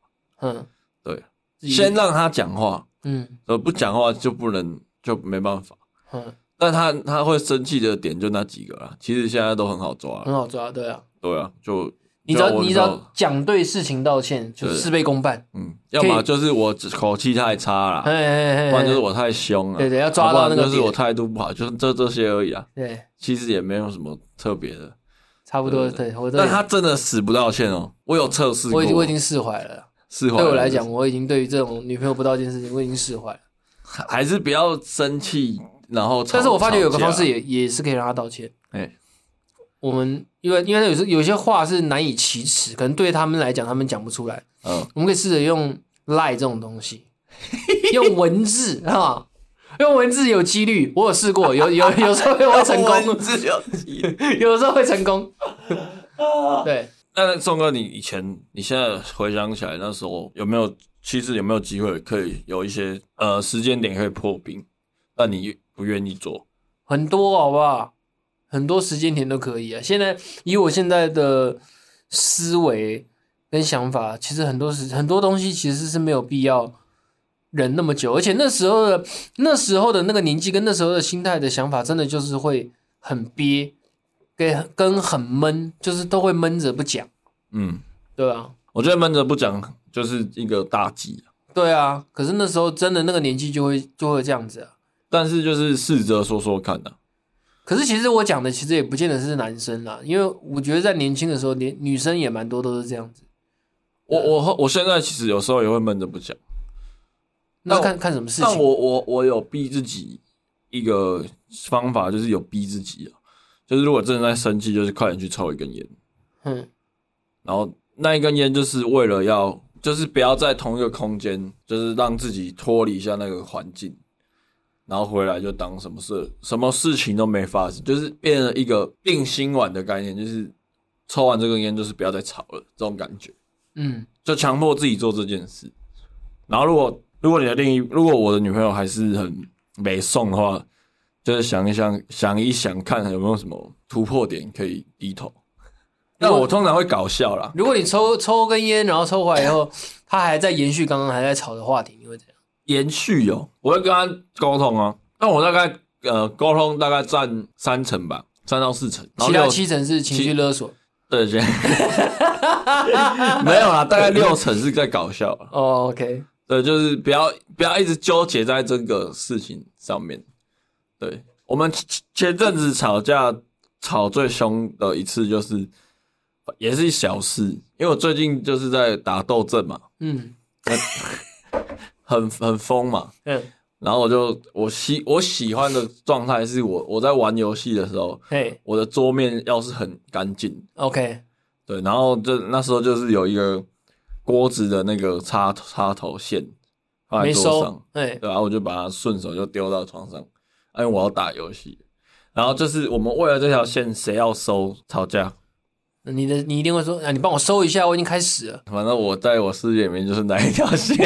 Speaker 2: 嗯，
Speaker 1: 对，
Speaker 2: 自己
Speaker 1: 先让他讲话，
Speaker 2: 嗯
Speaker 1: 呃，不讲话就不能就没办法。
Speaker 2: 嗯，
Speaker 1: 但他他会生气的点就那几个啦，其实现在都很好抓
Speaker 2: 很
Speaker 1: 啦，
Speaker 2: 好抓，对啊，
Speaker 1: 对啊，就
Speaker 2: 你只要
Speaker 1: 就我
Speaker 2: 你只要讲对事情道歉，就是
Speaker 1: 对
Speaker 2: 事倍功半，
Speaker 1: 嗯，要么
Speaker 2: 可以
Speaker 1: 就是我口气太差
Speaker 2: 哎
Speaker 1: 啦，
Speaker 2: 哎哎，
Speaker 1: 啊不然就是我太凶了，啊
Speaker 2: 对对要抓
Speaker 1: 要不然
Speaker 2: 到那个
Speaker 1: 就是
Speaker 2: 点
Speaker 1: 我态度不好，就是这这些而已啊，
Speaker 2: 对，
Speaker 1: 其实也没有什么特别的。
Speaker 2: 差不多，
Speaker 1: 对对
Speaker 2: 对我都
Speaker 1: 但他真的死不道歉哦，我有测试过，
Speaker 2: 我已经我已经释怀了啦，
Speaker 1: 释怀了。
Speaker 2: 对我来讲，我已经对于这种女朋友不道歉的事情，我已经释怀了。
Speaker 1: 还是不要生气，然后吵
Speaker 2: 但是我发觉有个
Speaker 1: 吵架
Speaker 2: 方式也也是可以让他道歉。
Speaker 1: 哎，
Speaker 2: 我们因为因为有时有些话是难以启齿，可能对他们来讲他们讲不出来。
Speaker 1: 嗯，
Speaker 2: 我们可以试着用 lie 这种东西，用文字 *laughs* 哈，用文字有几率，我有试过，有有
Speaker 1: *laughs*
Speaker 2: 有时候会成
Speaker 1: 我
Speaker 2: 功，
Speaker 1: 只有急。
Speaker 2: 有时候会成功。对，
Speaker 1: 那宋哥，你以前你现在回想起来，那时候有没有其实有没有机会可以有一些呃时间点可以破冰，但你不愿意做？
Speaker 2: 很多好不好？很多时间点都可以啊。现在以我现在的思维跟想法，其实很多时很多东西其实是没有必要忍那么久，而且那时候的那时候的那个年纪跟那时候的心态的想法，真的就是会很憋，跟跟很闷，就是都会闷着不讲，
Speaker 1: 嗯，
Speaker 2: 对吧？
Speaker 1: 我觉得闷着不讲就是一个大忌，
Speaker 2: 对啊，可是那时候真的那个年纪就会就会这样子啊。
Speaker 1: 但是就是试着说说看啊。
Speaker 2: 可是其实我讲的其实也不见得是男生啦，因为我觉得在年轻的时候，连女生也蛮多都是这样子。
Speaker 1: 我我我现在其实有时候也会闷着不讲。
Speaker 2: 那
Speaker 1: 但
Speaker 2: 看看什么事
Speaker 1: 但
Speaker 2: 情，
Speaker 1: 我我我有逼自己一个方法，就是有逼自己啊，就是如果真的在生气，就是快点去抽一根烟，
Speaker 2: 嗯，
Speaker 1: 然后那一根烟就是为了要，就是不要在同一个空间，就是让自己脱离一下那个环境，然后回来就当什么事什么事情都没发生，就是变成一个定心丸的概念，就是抽完这根烟就是不要再吵了这种感觉。
Speaker 2: 嗯，
Speaker 1: 就强迫自己做这件事。然后如果如果你的另一，如果我的女朋友还是很没送的话，就是想一想，想一想看有没有什么突破点可以低头。
Speaker 2: 如
Speaker 1: 那
Speaker 2: 果
Speaker 1: 我通常会搞笑啦，
Speaker 2: 如果你抽抽根烟，然后抽回来以后，他还在延续刚刚还在吵的话题，你会怎样？
Speaker 1: 延续哦，我会跟他沟通啊。但我大概呃沟通大概占三成吧，三到四成，然后
Speaker 2: 其他
Speaker 1: 六
Speaker 2: 七成是情绪勒索。
Speaker 1: 对，先没有啦，大概六成是在搞笑啦。
Speaker 2: 哦，OK，
Speaker 1: 对，就是不要不要一直纠结在这个事情上面。对我们前前阵子吵架吵最凶的一次，就是也是小事，因为我最近就是在打斗阵嘛，
Speaker 2: 嗯
Speaker 1: 很很疯嘛，
Speaker 2: 嗯，
Speaker 1: 然后我就我喜我喜欢的状态是我我在玩游戏的时候，
Speaker 2: 嘿
Speaker 1: 我的桌面要是很干净，
Speaker 2: ，OK，
Speaker 1: 对，然后就那时候就是有一个锅子的那个插插头线放在
Speaker 2: 没
Speaker 1: 桌上
Speaker 2: 收。，哎，
Speaker 1: 对啊，我就把它顺手就丢到床上，因为我要打游戏。然后就是我们为了这条线谁要收吵架，
Speaker 2: 你的你一定会说，啊，你帮我收一下，我已经开始了。
Speaker 1: 反正我在我世界里面就是哪一条线，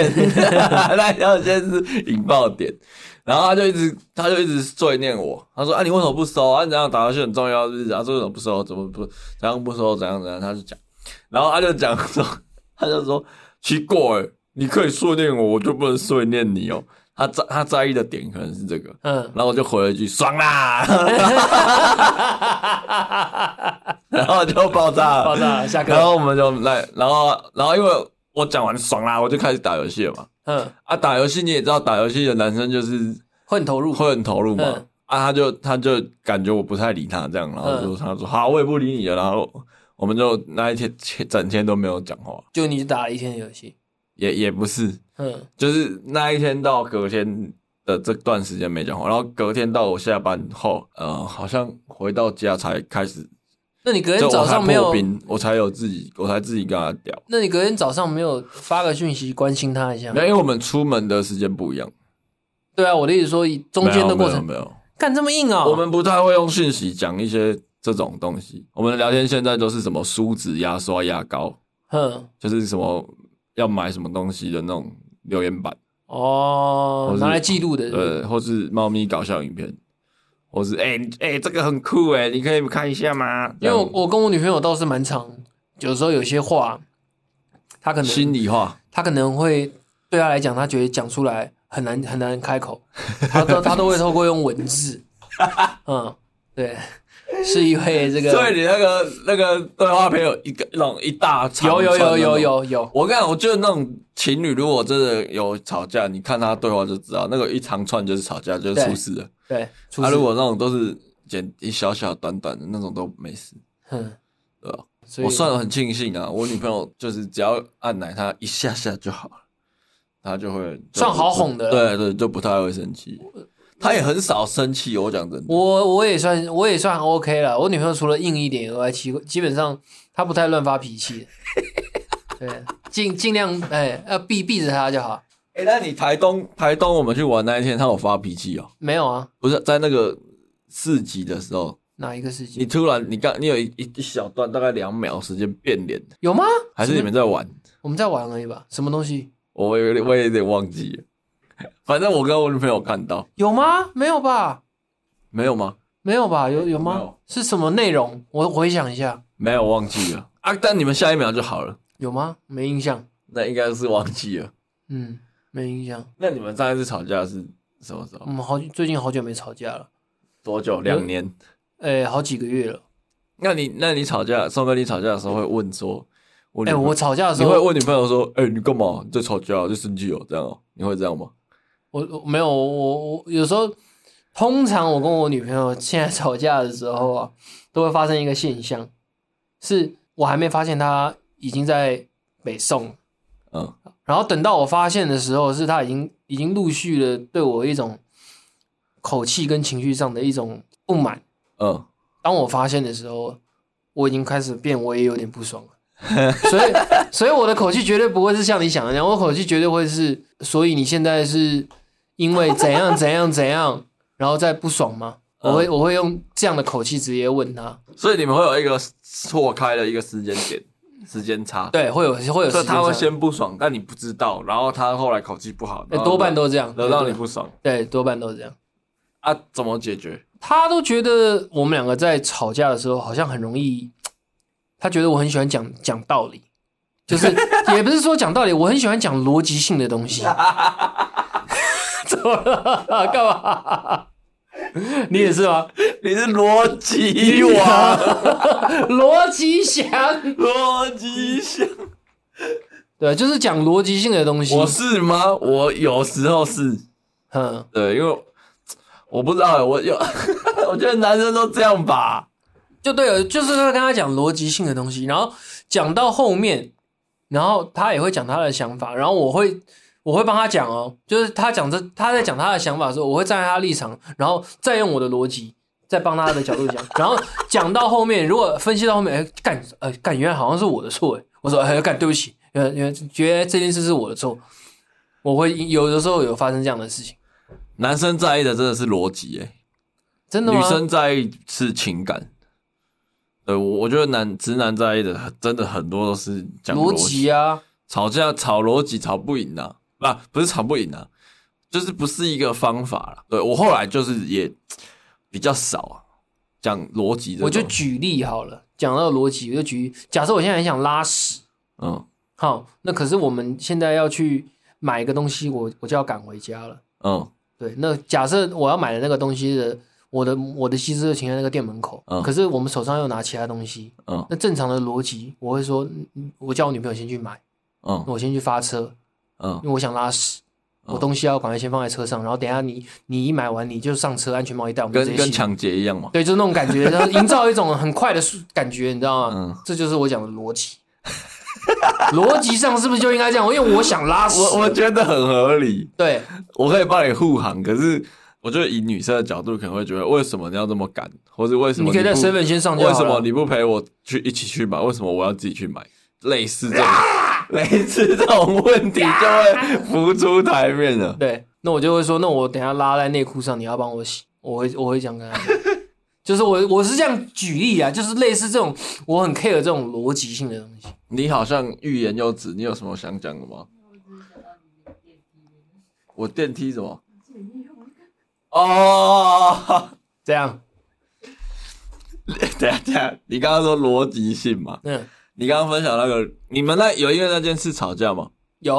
Speaker 1: 那一条线是引爆点。然后他就一直他就一直罪念我，他说啊你为什么不收啊？你怎样打游戏很重要是不是啊？这为什么不收？怎么不怎样不收？怎样怎样？他就讲，然后他就讲说，他就说奇怪、你可以碎念我，我就不能碎念你哦。他在他在意的点可能是这个，
Speaker 2: 嗯，
Speaker 1: 然后我就回了一句“爽啦”， *laughs* 然后就爆炸了，
Speaker 2: 爆炸了下课
Speaker 1: 然后我们就来，然后然后因为我讲完“爽啦”，我就开始打游戏了嘛。
Speaker 2: 嗯，
Speaker 1: 啊，打游戏你也知道，打游戏的男生就是
Speaker 2: 会很投入。
Speaker 1: 会很投入嘛。
Speaker 2: 嗯
Speaker 1: 啊，他就他就感觉我不太理他这样，然后就
Speaker 2: 嗯
Speaker 1: 他说：“好，我也不理你了。”然后我们就那一天天整天都没有讲话，
Speaker 2: 就你打了一天的游戏，
Speaker 1: 也也不是，
Speaker 2: 嗯，
Speaker 1: 就是那一天到隔天的这段时间没讲话，然后隔天到我下班后，呃，好像回到家才开始，
Speaker 2: 那你隔
Speaker 1: 就
Speaker 2: 天
Speaker 1: 我
Speaker 2: 哎早
Speaker 1: 才
Speaker 2: 上没有
Speaker 1: 破，冰，我才有自己，我才自己跟他聊。
Speaker 2: 那你隔天早上没有发个讯息关心他一下
Speaker 1: 没？有，因为我们出门的时间不一样，
Speaker 2: 对啊，我的意思说，以中间的过程，
Speaker 1: 没有，没有
Speaker 2: 干这么硬啊、
Speaker 1: 没有我们不太会用讯息讲一些这种东西。我们的聊天现在都是什么梳子、牙刷、牙膏，
Speaker 2: 哼，
Speaker 1: 就是什么要买什么东西的那种留言板，
Speaker 2: 哦
Speaker 1: 我，是
Speaker 2: 拿来记录的，
Speaker 1: 呃，或是猫咪搞笑影片，或是哎哎、这个很酷哎、你可以看一下吗？
Speaker 2: 因为我
Speaker 1: 这样
Speaker 2: 我跟我女朋友倒是蛮常，有时候有些话，她可
Speaker 1: 心
Speaker 2: 能
Speaker 1: 里话，
Speaker 2: 她可能会对她来讲，她觉得讲出来很难很难开口，她都她都会透过用
Speaker 1: *laughs*
Speaker 2: 文字，嗯，对，是因为这
Speaker 1: 所
Speaker 2: 个
Speaker 1: 以你那个那个对话片有一个那种一大长
Speaker 2: 有有
Speaker 1: 串
Speaker 2: 有
Speaker 1: 那
Speaker 2: 有
Speaker 1: 种
Speaker 2: 有有，
Speaker 1: 我跟你讲，我觉得那种情侣如果真的有吵架，你看他对话就知道，那个一长串就是吵架，就是出事了。
Speaker 2: 对，出
Speaker 1: 他、
Speaker 2: 事
Speaker 1: 如果那种都是剪一小小短短的那种都没事，
Speaker 2: 哼，
Speaker 1: 对吧？
Speaker 2: 嗯所以
Speaker 1: 我算的很庆幸 *laughs* 啊，我女朋友就是只要按奶她一下下就好了，她就会就
Speaker 2: 算好哄的
Speaker 1: 对对，就不太会生气。她也很少生气，我讲真的，
Speaker 2: 我我也算我也算 OK 了。我女朋友除了硬一点以外，基基本上她不太乱发脾
Speaker 1: *laughs*
Speaker 2: 气。对，尽尽量哎要避避着她就好。
Speaker 1: 哎、那你台东台东我们去玩那一天，她有发脾气哦，
Speaker 2: 没有啊，
Speaker 1: 不是在那个市集的时候，
Speaker 2: 哪一个事
Speaker 1: 你
Speaker 2: 情
Speaker 1: 突然，你刚你有一一一小段大概两秒时间变脸，
Speaker 2: 有吗？
Speaker 1: 还是你们在玩？
Speaker 2: 我们在玩而已吧？什么东西
Speaker 1: 我有点我也有点忘记了。反正我跟我女朋友看到，
Speaker 2: 有吗？没有吧？
Speaker 1: 没有吗？
Speaker 2: 没有吧？有有
Speaker 1: 没
Speaker 2: 吗
Speaker 1: 有？
Speaker 2: 是什么内容？我回想一下，
Speaker 1: 没有忘记了啊！但你们下一秒就好了，
Speaker 2: 有吗？没印象。
Speaker 1: 那应该是忘记了。
Speaker 2: 嗯，没印象。
Speaker 1: 那你们上一次吵架是什么时候
Speaker 2: 我？们好最近好久没吵架了，
Speaker 1: 多久？两年？
Speaker 2: 哎，好几个月了。
Speaker 1: 那你那你吵架，宋哥你吵架的时候会问说，我女
Speaker 2: 哎，
Speaker 1: 朋友
Speaker 2: 我吵架的时
Speaker 1: 你会
Speaker 2: 候，
Speaker 1: 问女朋友说，哎、你干嘛你在吵架？在生气哦？这样哦？你会这样吗？
Speaker 2: 我我没有，我我有时候，通常我跟我女朋友现在吵架的时候啊，都会发生一个现象，是我还没发现她已经在北宋，
Speaker 1: 嗯，
Speaker 2: 然后等到我发现的时候，是她已经已经陆续的对我一种口气跟情绪上的一种不满。
Speaker 1: 嗯，
Speaker 2: 当我发现的时候，我已经开始变，我也有点不爽了。 *laughs* 所以，所以我的口气绝对不会是像你想的那样，我口气绝对会是，所以你现在是因为怎样怎样怎样，然后再不爽吗？我会我会用这样的口气直接问他，
Speaker 1: 所以你们会有一个错开的一个时间点，时间差。
Speaker 2: 对，会有会有时
Speaker 1: 所以
Speaker 2: 间
Speaker 1: 他会
Speaker 2: 差
Speaker 1: 先不爽，但你不知道，然后他后来口气不好，
Speaker 2: 对
Speaker 1: 然后
Speaker 2: 哎多半都这样，
Speaker 1: 惹到
Speaker 2: 对
Speaker 1: 你不爽
Speaker 2: 对，多半都是这样。
Speaker 1: 啊？怎么解决？
Speaker 2: 他都觉得我们两个在吵架的时候好像很容易，他觉得我很喜欢讲讲道理，就是 *laughs* 也不是说讲道理，我很喜欢讲逻辑性的东西。 *laughs* 怎么了？干嘛？你也是吗？
Speaker 1: 你是逻辑王，
Speaker 2: *laughs* 逻辑想，
Speaker 1: 逻辑想，
Speaker 2: 对，就是讲逻辑性的东西。
Speaker 1: *laughs* 我是吗？我有时候是，
Speaker 2: 嗯，
Speaker 1: 对，因为我不知道，我有， *laughs* 我觉得男生都这样吧。
Speaker 2: 就对了，就是会跟他讲逻辑性的东西，然后讲到后面，然后他也会讲他的想法，然后我会我会帮他讲哦，就是他讲这他在讲他的想法的时候，我会站在他的立场，然后再用我的逻辑再帮他的角度讲，然后讲到后面，如果分析到后面，哎干呃干原来好像是我的错哎，我说哎干对不起，呃呃觉得这件事是我的错，我会有的时候有发生这样的事情，
Speaker 1: 男生在意的真的是逻辑、欸，
Speaker 2: 真的吗？
Speaker 1: 女生在意是情感。对，我我觉得男直男在意的真的很多都是讲
Speaker 2: 逻
Speaker 1: 辑
Speaker 2: 辑啊，
Speaker 1: 吵架吵逻辑吵不赢啊，啊，不是吵不赢啊，就是不是一个方法啦。对我后来就是也比较少啊，讲逻辑这种。
Speaker 2: 我就举例好了，讲到逻辑，我就举，假设我现在很想拉屎，
Speaker 1: 嗯
Speaker 2: 好，那可是我们现在要去买一个东西，我我就要赶回家了。
Speaker 1: 嗯
Speaker 2: 对，那假设我要买的那个东西的，我的我的西施就停在那个店门口，
Speaker 1: 嗯
Speaker 2: 可是我们手上又拿其他东西，
Speaker 1: 嗯
Speaker 2: 那正常的逻辑我会说，嗯嗯我叫我女朋友先去买，
Speaker 1: 嗯
Speaker 2: 那我先去发车，
Speaker 1: 嗯
Speaker 2: 因为我想拉屎。我东西要赶快先放在车上，然后等一下你你一买完你就上车，安全帽一戴，我们就直
Speaker 1: 跟
Speaker 2: 接
Speaker 1: 跟
Speaker 2: 洗
Speaker 1: 抢劫一样嘛。
Speaker 2: 对，就是那种感觉，然后营造一种很快的速感觉，你知道吗？
Speaker 1: 嗯
Speaker 2: 这就是我讲的逻辑。逻辑上是不是就应该这样？因为我想拉屎。
Speaker 1: 我我觉得很合理，
Speaker 2: 对
Speaker 1: 我可以帮你护航，可是我觉得以女生的角度可能会觉得，为什么你要这么赶，或者为什么
Speaker 2: 你可以在
Speaker 1: 不
Speaker 2: seven 先上就好
Speaker 1: 为
Speaker 2: 了
Speaker 1: 什么你不陪我去一起去买？为什么我要自己去买？类似这种、
Speaker 2: 啊
Speaker 1: *laughs* 类似这种问题就会浮出台面
Speaker 2: *laughs*
Speaker 1: 了。
Speaker 2: 对，那我就会说，那我等一下拉在内裤上，你要帮我洗。我会我会讲跟他讲，就是我我是这样举例啊，就是类似这种我很 care 这种逻辑性的东西。
Speaker 1: 你好像欲言又止，你有什么想讲的吗？我电梯什么？哦， *laughs*
Speaker 2: 这样，
Speaker 1: 等一下等一下，你刚刚说逻辑性嘛？
Speaker 2: 嗯，
Speaker 1: 你刚刚分享那个，你们那有因为那件事吵架吗？
Speaker 2: 有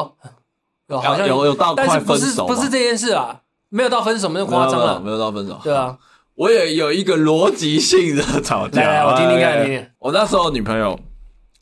Speaker 2: 有好像
Speaker 1: 啊有有到
Speaker 2: 但
Speaker 1: 快
Speaker 2: 是不
Speaker 1: 分
Speaker 2: 是
Speaker 1: 手吗
Speaker 2: 不是这件事啊，没有到分手，没有夸张
Speaker 1: 没有
Speaker 2: 了，
Speaker 1: 没有到分手。
Speaker 2: 对啊，
Speaker 1: 我也有一个逻辑性的吵架。
Speaker 2: 来来我听听看听听
Speaker 1: 我那时候女朋友，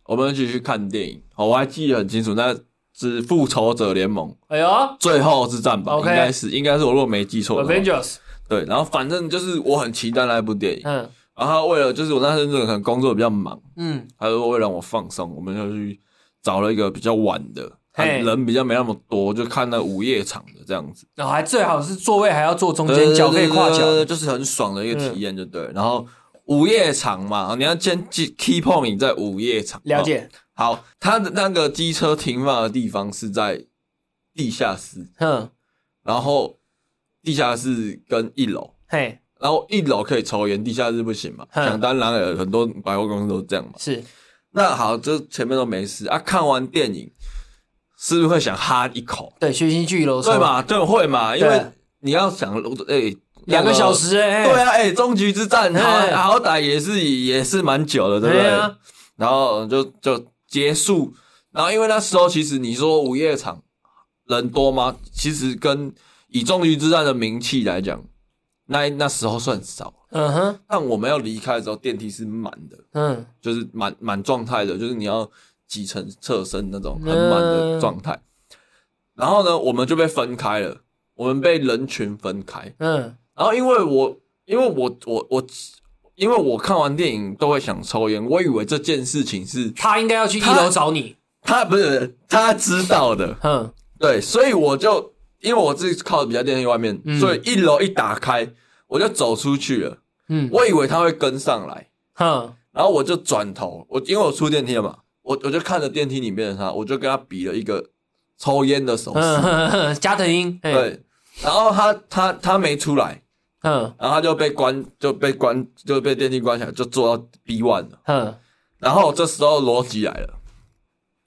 Speaker 1: 我们一起去看电影，哦我还记得很清楚，那是《复仇者联盟》
Speaker 2: 哎呦
Speaker 1: 最后之战吧
Speaker 2: OK
Speaker 1: 应该是应该是我如果没记错的话。
Speaker 2: ，Avengers，
Speaker 1: 对，然后反正就是我很期待那部电影，
Speaker 2: 嗯
Speaker 1: 然后为了就是我那时候可能工作比较忙，
Speaker 2: 嗯，
Speaker 1: 他说为了让我放松，我们就去找了一个比较晚的，
Speaker 2: 嘿
Speaker 1: 人比较没那么多，就看那午夜场的这样子。
Speaker 2: 然后还最好是座位还要坐中间，脚可以跨嗯
Speaker 1: 对
Speaker 2: 脚，
Speaker 1: 对对就是很爽的一个体验，就对了。然后午夜场嘛，你要先记 key point 你在午夜场，
Speaker 2: 了
Speaker 1: 哦。
Speaker 2: 解，
Speaker 1: 好，他的那个机车停放的地方是在地下室，
Speaker 2: 嗯，
Speaker 1: 然后地下室跟一楼，
Speaker 2: 嘿，
Speaker 1: 然后一楼可以抽烟，地下室不行嘛。
Speaker 2: 嗯
Speaker 1: 想当然了，很多百货公司都这样嘛。
Speaker 2: 是
Speaker 1: 那好，这前面都没事啊。看完电影，是不是会想哈一口？
Speaker 2: 对，学习去楼
Speaker 1: 对
Speaker 2: 上
Speaker 1: 嘛，对会嘛，因为
Speaker 2: 对
Speaker 1: 你要想，哎、
Speaker 2: 两个小。时哎，
Speaker 1: 对啊，哎、终局之战，
Speaker 2: 嘿
Speaker 1: 好好歹也是也是蛮久的，对不对？
Speaker 2: 对啊
Speaker 1: 然后就就结束，然后因为那时候其实你说午夜场人多吗？其实跟以终局之战的名气来讲，那那时候算少。
Speaker 2: 嗯哼，
Speaker 1: 但我们要离开的时候，电梯是满的，
Speaker 2: 嗯
Speaker 1: 就是满满状态的，就是你要几层侧身那
Speaker 2: 嗯
Speaker 1: 种很满的状态。然后呢，我们就被分开了，我们被人群分开。
Speaker 2: 嗯
Speaker 1: 然后因为我因为我我我因为我看完电影都会想抽烟，我以为这件事情是
Speaker 2: 他应该要去一楼找你，
Speaker 1: 他不是他知道的，
Speaker 2: 嗯
Speaker 1: 对，所以我就因为我自己靠的比较电梯外面，
Speaker 2: 嗯
Speaker 1: 所以一楼一打开我就走出去了，
Speaker 2: 嗯
Speaker 1: 我以为他会跟上来，
Speaker 2: 哼，
Speaker 1: 然后我就转头，我因为我出电梯了嘛，我我就看着电梯里面的他，我就跟他比了一个抽烟的手势，
Speaker 2: 嗯哼哼，加藤鹰，哎，
Speaker 1: 对，然后他他他没出来，
Speaker 2: 嗯
Speaker 1: 然后他就被关，就被关，就被电梯关起来，就坐到 B one 了。
Speaker 2: 哼
Speaker 1: 然后这时候逻辑来了，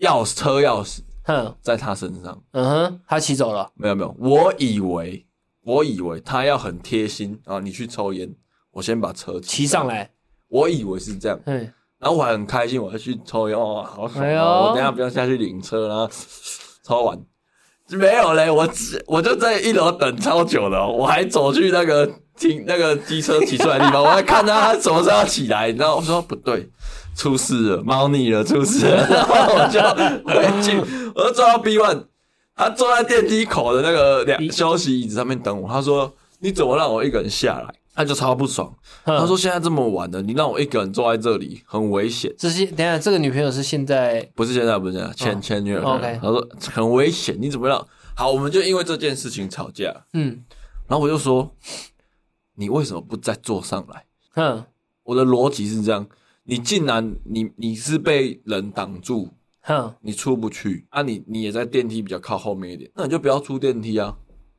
Speaker 1: 钥匙车钥匙
Speaker 2: 哼，
Speaker 1: 在他身上，
Speaker 2: 嗯哼，他骑走了，
Speaker 1: 没有没有，我以为我以为他要很贴心啊，你去抽烟，我先把车
Speaker 2: 骑上
Speaker 1: 来，
Speaker 2: 来，
Speaker 1: 我以为是这样，
Speaker 2: 嗯，
Speaker 1: 然后我还很开心，我要去抽烟，哇、好爽、
Speaker 2: 哎呦
Speaker 1: 哦！我等一下不要下去领车，然后 *laughs* 抽完。没有嘞，我只我就在一楼等超久了哦、我还走去那个停那个机车骑出来的地方，我还看他什么时候要起来，然后我说不对，出事了，猫腻了，出事了， *laughs* 然后我就回去，我就坐到 B one，他坐在电梯口的那个两休息椅子上面等我，他说你怎么让我一个人下来？他就超不爽，
Speaker 2: 他
Speaker 1: 他说现在这么晚了，你让我一个人坐在这里很危险。
Speaker 2: 这些，等一下这个女朋友是现在，
Speaker 1: 不是现在，不是现在，前前女友。
Speaker 2: OK
Speaker 1: 他说很危险，你怎么让？好，我们就因为这件事情吵架。
Speaker 2: 嗯
Speaker 1: 然后我就说，你为什么不再坐上来？
Speaker 2: 哼
Speaker 1: 我的逻辑是这样：你竟然你你是被人挡住，
Speaker 2: 哼，
Speaker 1: 你出不去啊你！你也在电梯比较靠后面一点，那你就不要出电梯啊，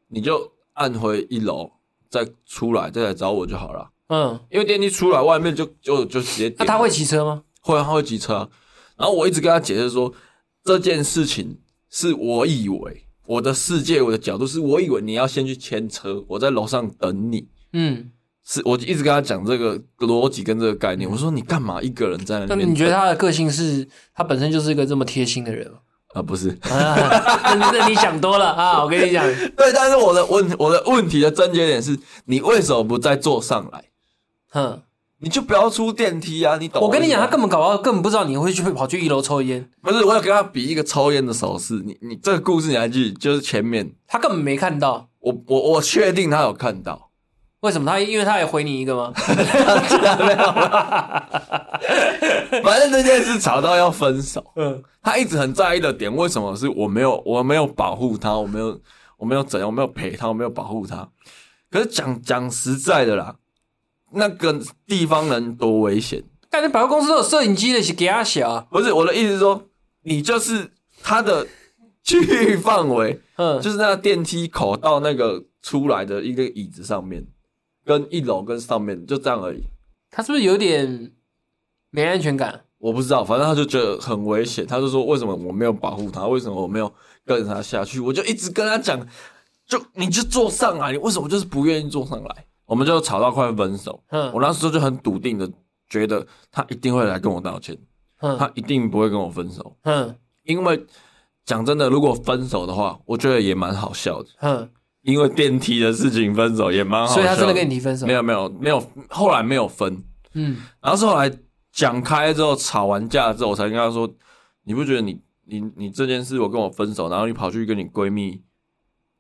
Speaker 1: 你就按回一楼再出来，再来找我就好了。
Speaker 2: 嗯，
Speaker 1: 因为电梯出来外面就就就直接点
Speaker 2: 那他会骑车吗？
Speaker 1: 会啊，他会骑车啊、然后我一直跟他解释说，这件事情是我以为我的世界，我的角度是我以为你要先去牵车，我在楼上等你。
Speaker 2: 嗯，
Speaker 1: 是我一直跟他讲这个逻辑跟这个概念，我说你干嘛一个人在那
Speaker 2: 那
Speaker 1: 边？
Speaker 2: 你觉得
Speaker 1: 啊、
Speaker 2: 他的个性是，他本身就是一个这么贴心
Speaker 1: *laughs*
Speaker 2: 的人吗？
Speaker 1: 不是？
Speaker 2: 啊，那那你想多了啊！我跟你讲，
Speaker 1: 对，但是我的问我的问题的症结点是你为什么不再坐上来？
Speaker 2: 哼，
Speaker 1: 你就不要出电梯啊！你懂
Speaker 2: 我跟你讲，他
Speaker 1: 意思吗
Speaker 2: 根本搞不好根本不知道你会去跑去一楼抽烟，
Speaker 1: 不是我有跟他比一个抽烟的手势。你你这个故事你还记得？就是前面
Speaker 2: 他根本没看到。
Speaker 1: 我我我确定他有看到，
Speaker 2: 为什么他？因为他也回你一个吗？
Speaker 1: *laughs* 反正这件事吵到要分手，
Speaker 2: 嗯，
Speaker 1: 他一直很在意的点，为什么是我没有我没有保护他，我没有我没有怎样，我没有陪他，我没有保护他。可是讲讲实在的啦，那个地方人多危险。
Speaker 2: 但是百货公司都有摄影机的，是给他啊小。
Speaker 1: 不是我的意思是说，你就是他的区域范围，
Speaker 2: 嗯，
Speaker 1: 就是那电梯口到那个出来的一个椅子上面，跟一楼跟上面就这样而已。
Speaker 2: 他是不是有点没安全感？
Speaker 1: 我不知道，反正他就觉得很危险，他就说为什么我没有保护他，为什么我没有跟着他下去？我就一直跟他讲，就你就坐上啊来，你为什么就是不愿意坐上来？我们就吵到快分手。
Speaker 2: 嗯
Speaker 1: 我那时候就很笃定的觉得他一定会来跟我道歉，
Speaker 2: 嗯
Speaker 1: 他一定不会跟我分手。
Speaker 2: 嗯
Speaker 1: 因为讲真的，如果分手的话，我觉得也蛮好笑的。
Speaker 2: 嗯，
Speaker 1: 因为电梯的事情分手也蛮好笑
Speaker 2: 所以他真的跟你
Speaker 1: 你
Speaker 2: 提分手
Speaker 1: 没？有没有没有，后来没有分，
Speaker 2: 嗯
Speaker 1: 然后是后来讲开之后，吵完架之后，我才跟他说，你不觉得你你你这件事我跟我分手，然后你跑去跟你闺蜜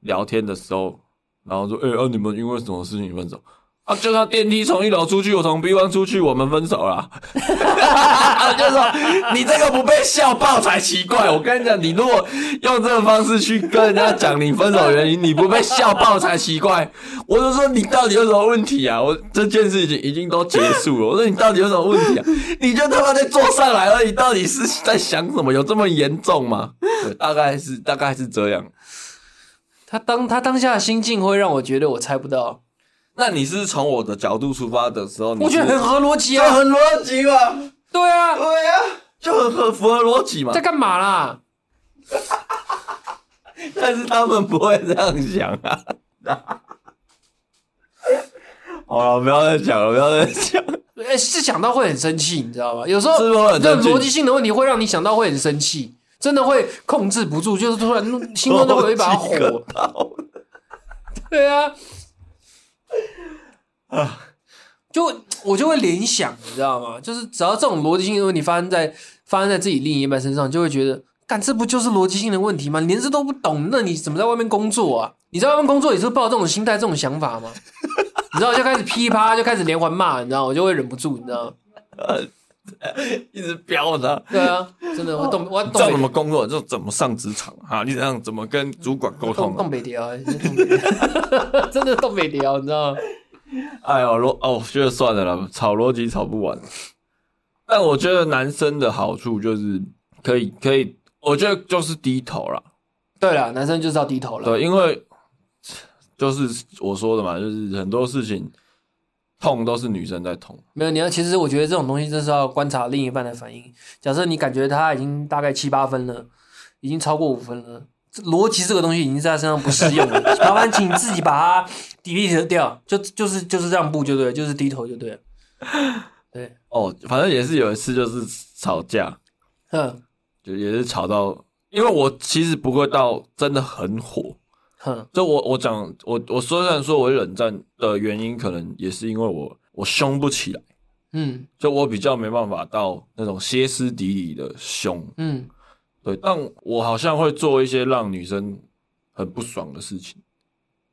Speaker 1: 聊天的时候，然后说，哎、啊你们因为什么事情分手？啊，就他电梯从一楼出去，我从 B one 出去，我们分手了。啊我就说你这个不被笑爆才奇怪。我跟你讲，你如果用这个方式去跟人家讲你分手原因，你不被笑爆才奇怪。我就说你到底有什么问题啊？我这件事已经已经都结束了。我说你到底有什么问题啊？你就他妈在坐上来了，你到底是在想什么？有这么严重吗？对大概是大概是这样。
Speaker 2: 他当他当下的心境会让我觉得我猜不到，
Speaker 1: 那你是从我的角度出发的时候，你
Speaker 2: 我觉得
Speaker 1: 是
Speaker 2: 很合逻辑
Speaker 1: 就
Speaker 2: 啊。
Speaker 1: 很逻辑嘛，
Speaker 2: 对啊，
Speaker 1: 对呀、就很很符合逻辑嘛
Speaker 2: 在。干嘛啦？
Speaker 1: 但是他们不会这样想啊。 *laughs* 好了，不要再讲了，不要再讲。
Speaker 2: 哎，是想到会很生气，你知道吗？有时候
Speaker 1: 是不是很
Speaker 2: 这
Speaker 1: 生
Speaker 2: 种
Speaker 1: 气
Speaker 2: 逻辑性的问题会让你想到会很生气，真的会控制不住，就是突然怒心中都有一
Speaker 1: *laughs*
Speaker 2: 把火。
Speaker 1: 到
Speaker 2: 对啊，
Speaker 1: 啊
Speaker 2: 就我就会联想，你知道吗？就是只要这种逻辑性的问题发生在发生在自己另一半身上，就会觉得，干这不就是逻辑性的问题吗？你连这都不懂，那你怎么在外面工作啊？你在外面工作也是抱这种心态、这种想法吗？ *laughs* 你知道，就开始噼啪，就开始连环骂，你知道，我就会忍不住，你知道吗？
Speaker 1: 一直飙他。
Speaker 2: 对啊，真的，我动我
Speaker 1: 知道怎
Speaker 2: 动
Speaker 1: 么工作，就怎么上职场啊？你怎样怎么跟主管沟
Speaker 2: 北动
Speaker 1: 通啊？
Speaker 2: 动北调，动北调 *laughs* 真的动北调，你知道吗？
Speaker 1: *laughs* 哎呦，逻哦，我觉得算了啦，吵逻辑吵不完。但我觉得男生的好处就是可以可以，我觉得就是低头啦。
Speaker 2: 对了，男生就是要低头了。
Speaker 1: 对，因为就是我说的嘛，就是很多事情痛都是女生在痛。
Speaker 2: 没有，你要其实我觉得这种东西就是要观察另一半的反应。假设你感觉他已经大概七八分了，已经超过五分了，这逻辑这个东西已经在他身上不适用了。 *laughs* 麻烦请自己把它 delete 掉，就就是就是让步就对了，就是低头就对了。对，
Speaker 1: 哦，反正也是有一次就是吵架，
Speaker 2: 哼
Speaker 1: 就也是吵到，因为我其实不会到真的很火。
Speaker 2: 哼，
Speaker 1: 就我我讲我我虽然说我冷战的原因，可能也是因为我我凶不起来，
Speaker 2: 嗯
Speaker 1: 就我比较没办法到那种歇斯底里的凶。
Speaker 2: 嗯
Speaker 1: 对，但我好像会做一些让女生很不爽的事情，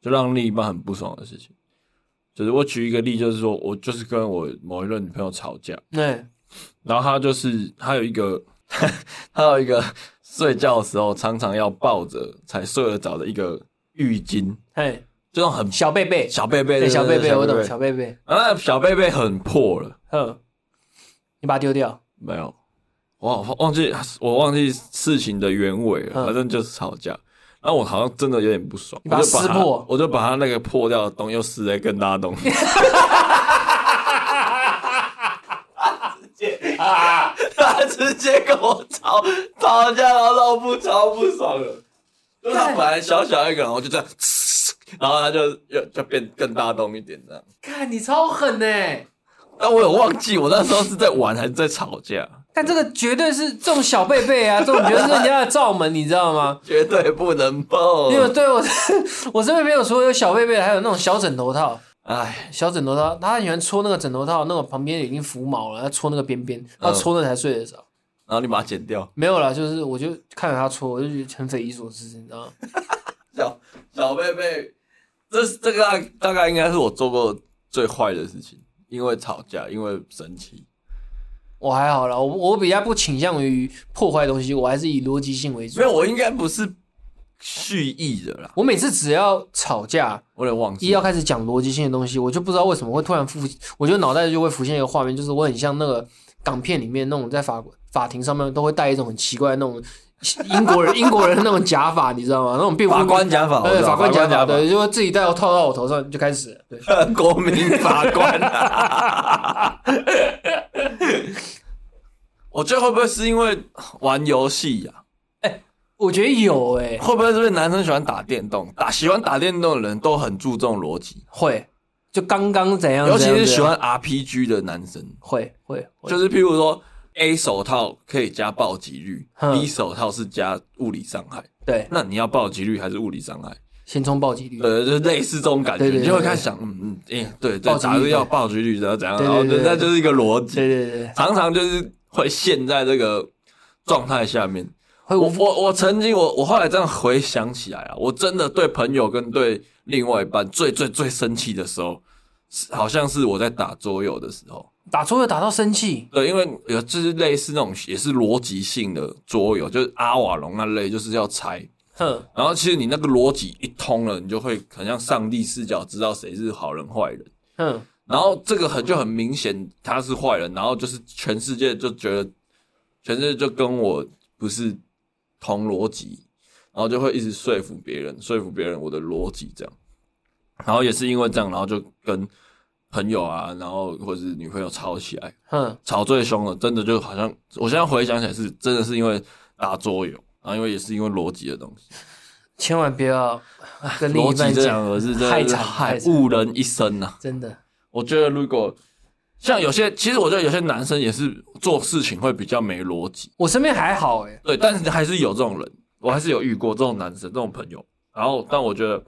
Speaker 1: 就让另一半很不爽的事情。就是我举一个例，就是说我就是跟我某一任女朋友吵架，
Speaker 2: 对、
Speaker 1: 然后她就是她有一 *laughs* 个她有一个睡觉的时候常常要抱着才睡得着的一个浴巾，
Speaker 2: 嘿，
Speaker 1: 就那种很
Speaker 2: 小贝贝，
Speaker 1: 小贝贝
Speaker 2: 对
Speaker 1: 的
Speaker 2: 小贝贝，我懂，小贝贝，
Speaker 1: 然后那小贝贝很破了，
Speaker 2: 哼，你把它丢掉，
Speaker 1: 没有，我我忘记我忘记事情的原委了，
Speaker 2: 嗯
Speaker 1: 反正就是吵架。然后我好像真的有点不爽，
Speaker 2: 你把它
Speaker 1: 我就把它
Speaker 2: 撕破
Speaker 1: 我就把它那个破掉的洞又撕在更大的洞。他直接跟我吵吵架，然后让我不超不爽了。就他本来小小一个，然后就这样，然后他就又就变更大洞一点 *laughs* 这样。
Speaker 2: 看你超狠欸呢、
Speaker 1: 但我有忘记我那时候是在玩还是在吵架，
Speaker 2: 但这个绝对是这种小贝贝啊，这种绝对是人家的罩门，你知道吗？
Speaker 1: 绝对不能碰
Speaker 2: *laughs* 因。为对我，我身边朋友除了有小贝贝，还有那种小枕头套，
Speaker 1: 哎，
Speaker 2: 小枕头套，他很喜欢搓那个枕头套，那个旁边已经浮毛了，他搓那个边边，他搓那才睡得着。
Speaker 1: 然后你把它剪掉，
Speaker 2: 没有啦，就是我就看着他搓，我就觉得很匪夷所思，你知道吗？
Speaker 1: 小小贝贝，这是这个大大概应该是我做过最坏的事情，因为吵架，因为生气。
Speaker 2: 我还好啦，我我比较不倾向于破坏东西，我还是以逻辑性为主
Speaker 1: 没。有，我应该不是蓄意的啦，
Speaker 2: 我每次只要吵架，
Speaker 1: 我有点忘
Speaker 2: 一
Speaker 1: 记。
Speaker 2: 要开始讲逻辑性的东西，我就不知道为什么会突然浮，我就脑袋就会浮现一个画面，就是我很像那个港片里面那种在法法庭上面都会戴一种很奇怪的那种英国人 *laughs* 英国人那种假发，你知道吗？那种辩护
Speaker 1: 法官讲法，我
Speaker 2: 对啊
Speaker 1: 知道
Speaker 2: 法官假发，
Speaker 1: 讲
Speaker 2: 对，就会自己戴套到我头上就开始了，对，
Speaker 1: 法，国民法官、
Speaker 2: *laughs*
Speaker 1: *laughs* 我觉得会不会是因为玩游戏呀？
Speaker 2: 我觉得有欸诶、
Speaker 1: 会不会是不是男生喜欢打电动？打喜欢打电动的人都很注重逻辑，
Speaker 2: 会，就刚刚怎样，
Speaker 1: 尤其
Speaker 2: 怎样
Speaker 1: 是喜
Speaker 2: 怎样
Speaker 1: 欢 RPG 的男生，
Speaker 2: 会会会
Speaker 1: 就是譬如说 A 手套可以加暴击率
Speaker 2: 哼
Speaker 1: ，B 手套是加物理伤害。
Speaker 2: 对，
Speaker 1: 那你要暴击率还是物理伤害？
Speaker 2: 先冲暴击率，
Speaker 1: 呃，就是类似这种感觉，
Speaker 2: 对对对
Speaker 1: 你就会开始想，嗯嗯，哎，对对
Speaker 2: 暴，击率
Speaker 1: 打个要暴击率，然后怎样，
Speaker 2: 对
Speaker 1: 然
Speaker 2: 对
Speaker 1: 后
Speaker 2: 对对
Speaker 1: 那就是一个逻
Speaker 2: 对
Speaker 1: 辑，
Speaker 2: 对对，
Speaker 1: 常常就是会陷在这个状态下面。
Speaker 2: 会
Speaker 1: 我我我曾经我我后来这样回想起来啊，我真的对朋友跟对另外一半最最最生气的时候，是好像是我在打桌游的时候。
Speaker 2: 打错又打到生气，
Speaker 1: 对，因为有就是类似那种也是逻辑性的桌游，就是阿瓦隆那类，就是要猜。
Speaker 2: 哼，
Speaker 1: 然后其实你那个逻辑一通了，你就会很像上帝视角，知道谁是好人坏人。
Speaker 2: 哼，
Speaker 1: 然后这个很就很明显他是坏人，然后就是全世界就觉得全世界就跟我不是同逻辑，然后就会一直说服别人，说服别人我的逻辑这样。然后也是因为这样，然后就跟朋友啊，然后或者是女朋友吵起来，
Speaker 2: 哼，
Speaker 1: 吵最凶的，真的就好像我现在回想起来是真的是因为打桌游，然后因为也是因为逻辑的东西，
Speaker 2: 千万不 *laughs* 要跟另
Speaker 1: 逻
Speaker 2: 一
Speaker 1: 辑
Speaker 2: 半
Speaker 1: 这
Speaker 2: 讲，
Speaker 1: 两个字真
Speaker 2: 害
Speaker 1: 的是
Speaker 2: 惨
Speaker 1: 害
Speaker 2: 害惨
Speaker 1: 误人一生呐、
Speaker 2: 真的，
Speaker 1: 我觉得如果像有些，其实我觉得有些男生也是做事情会比较没逻辑，
Speaker 2: 我身边还好欸诶、
Speaker 1: 对，但是还是有这种人，我还是有遇过这种男生这种朋友。然后，但我觉得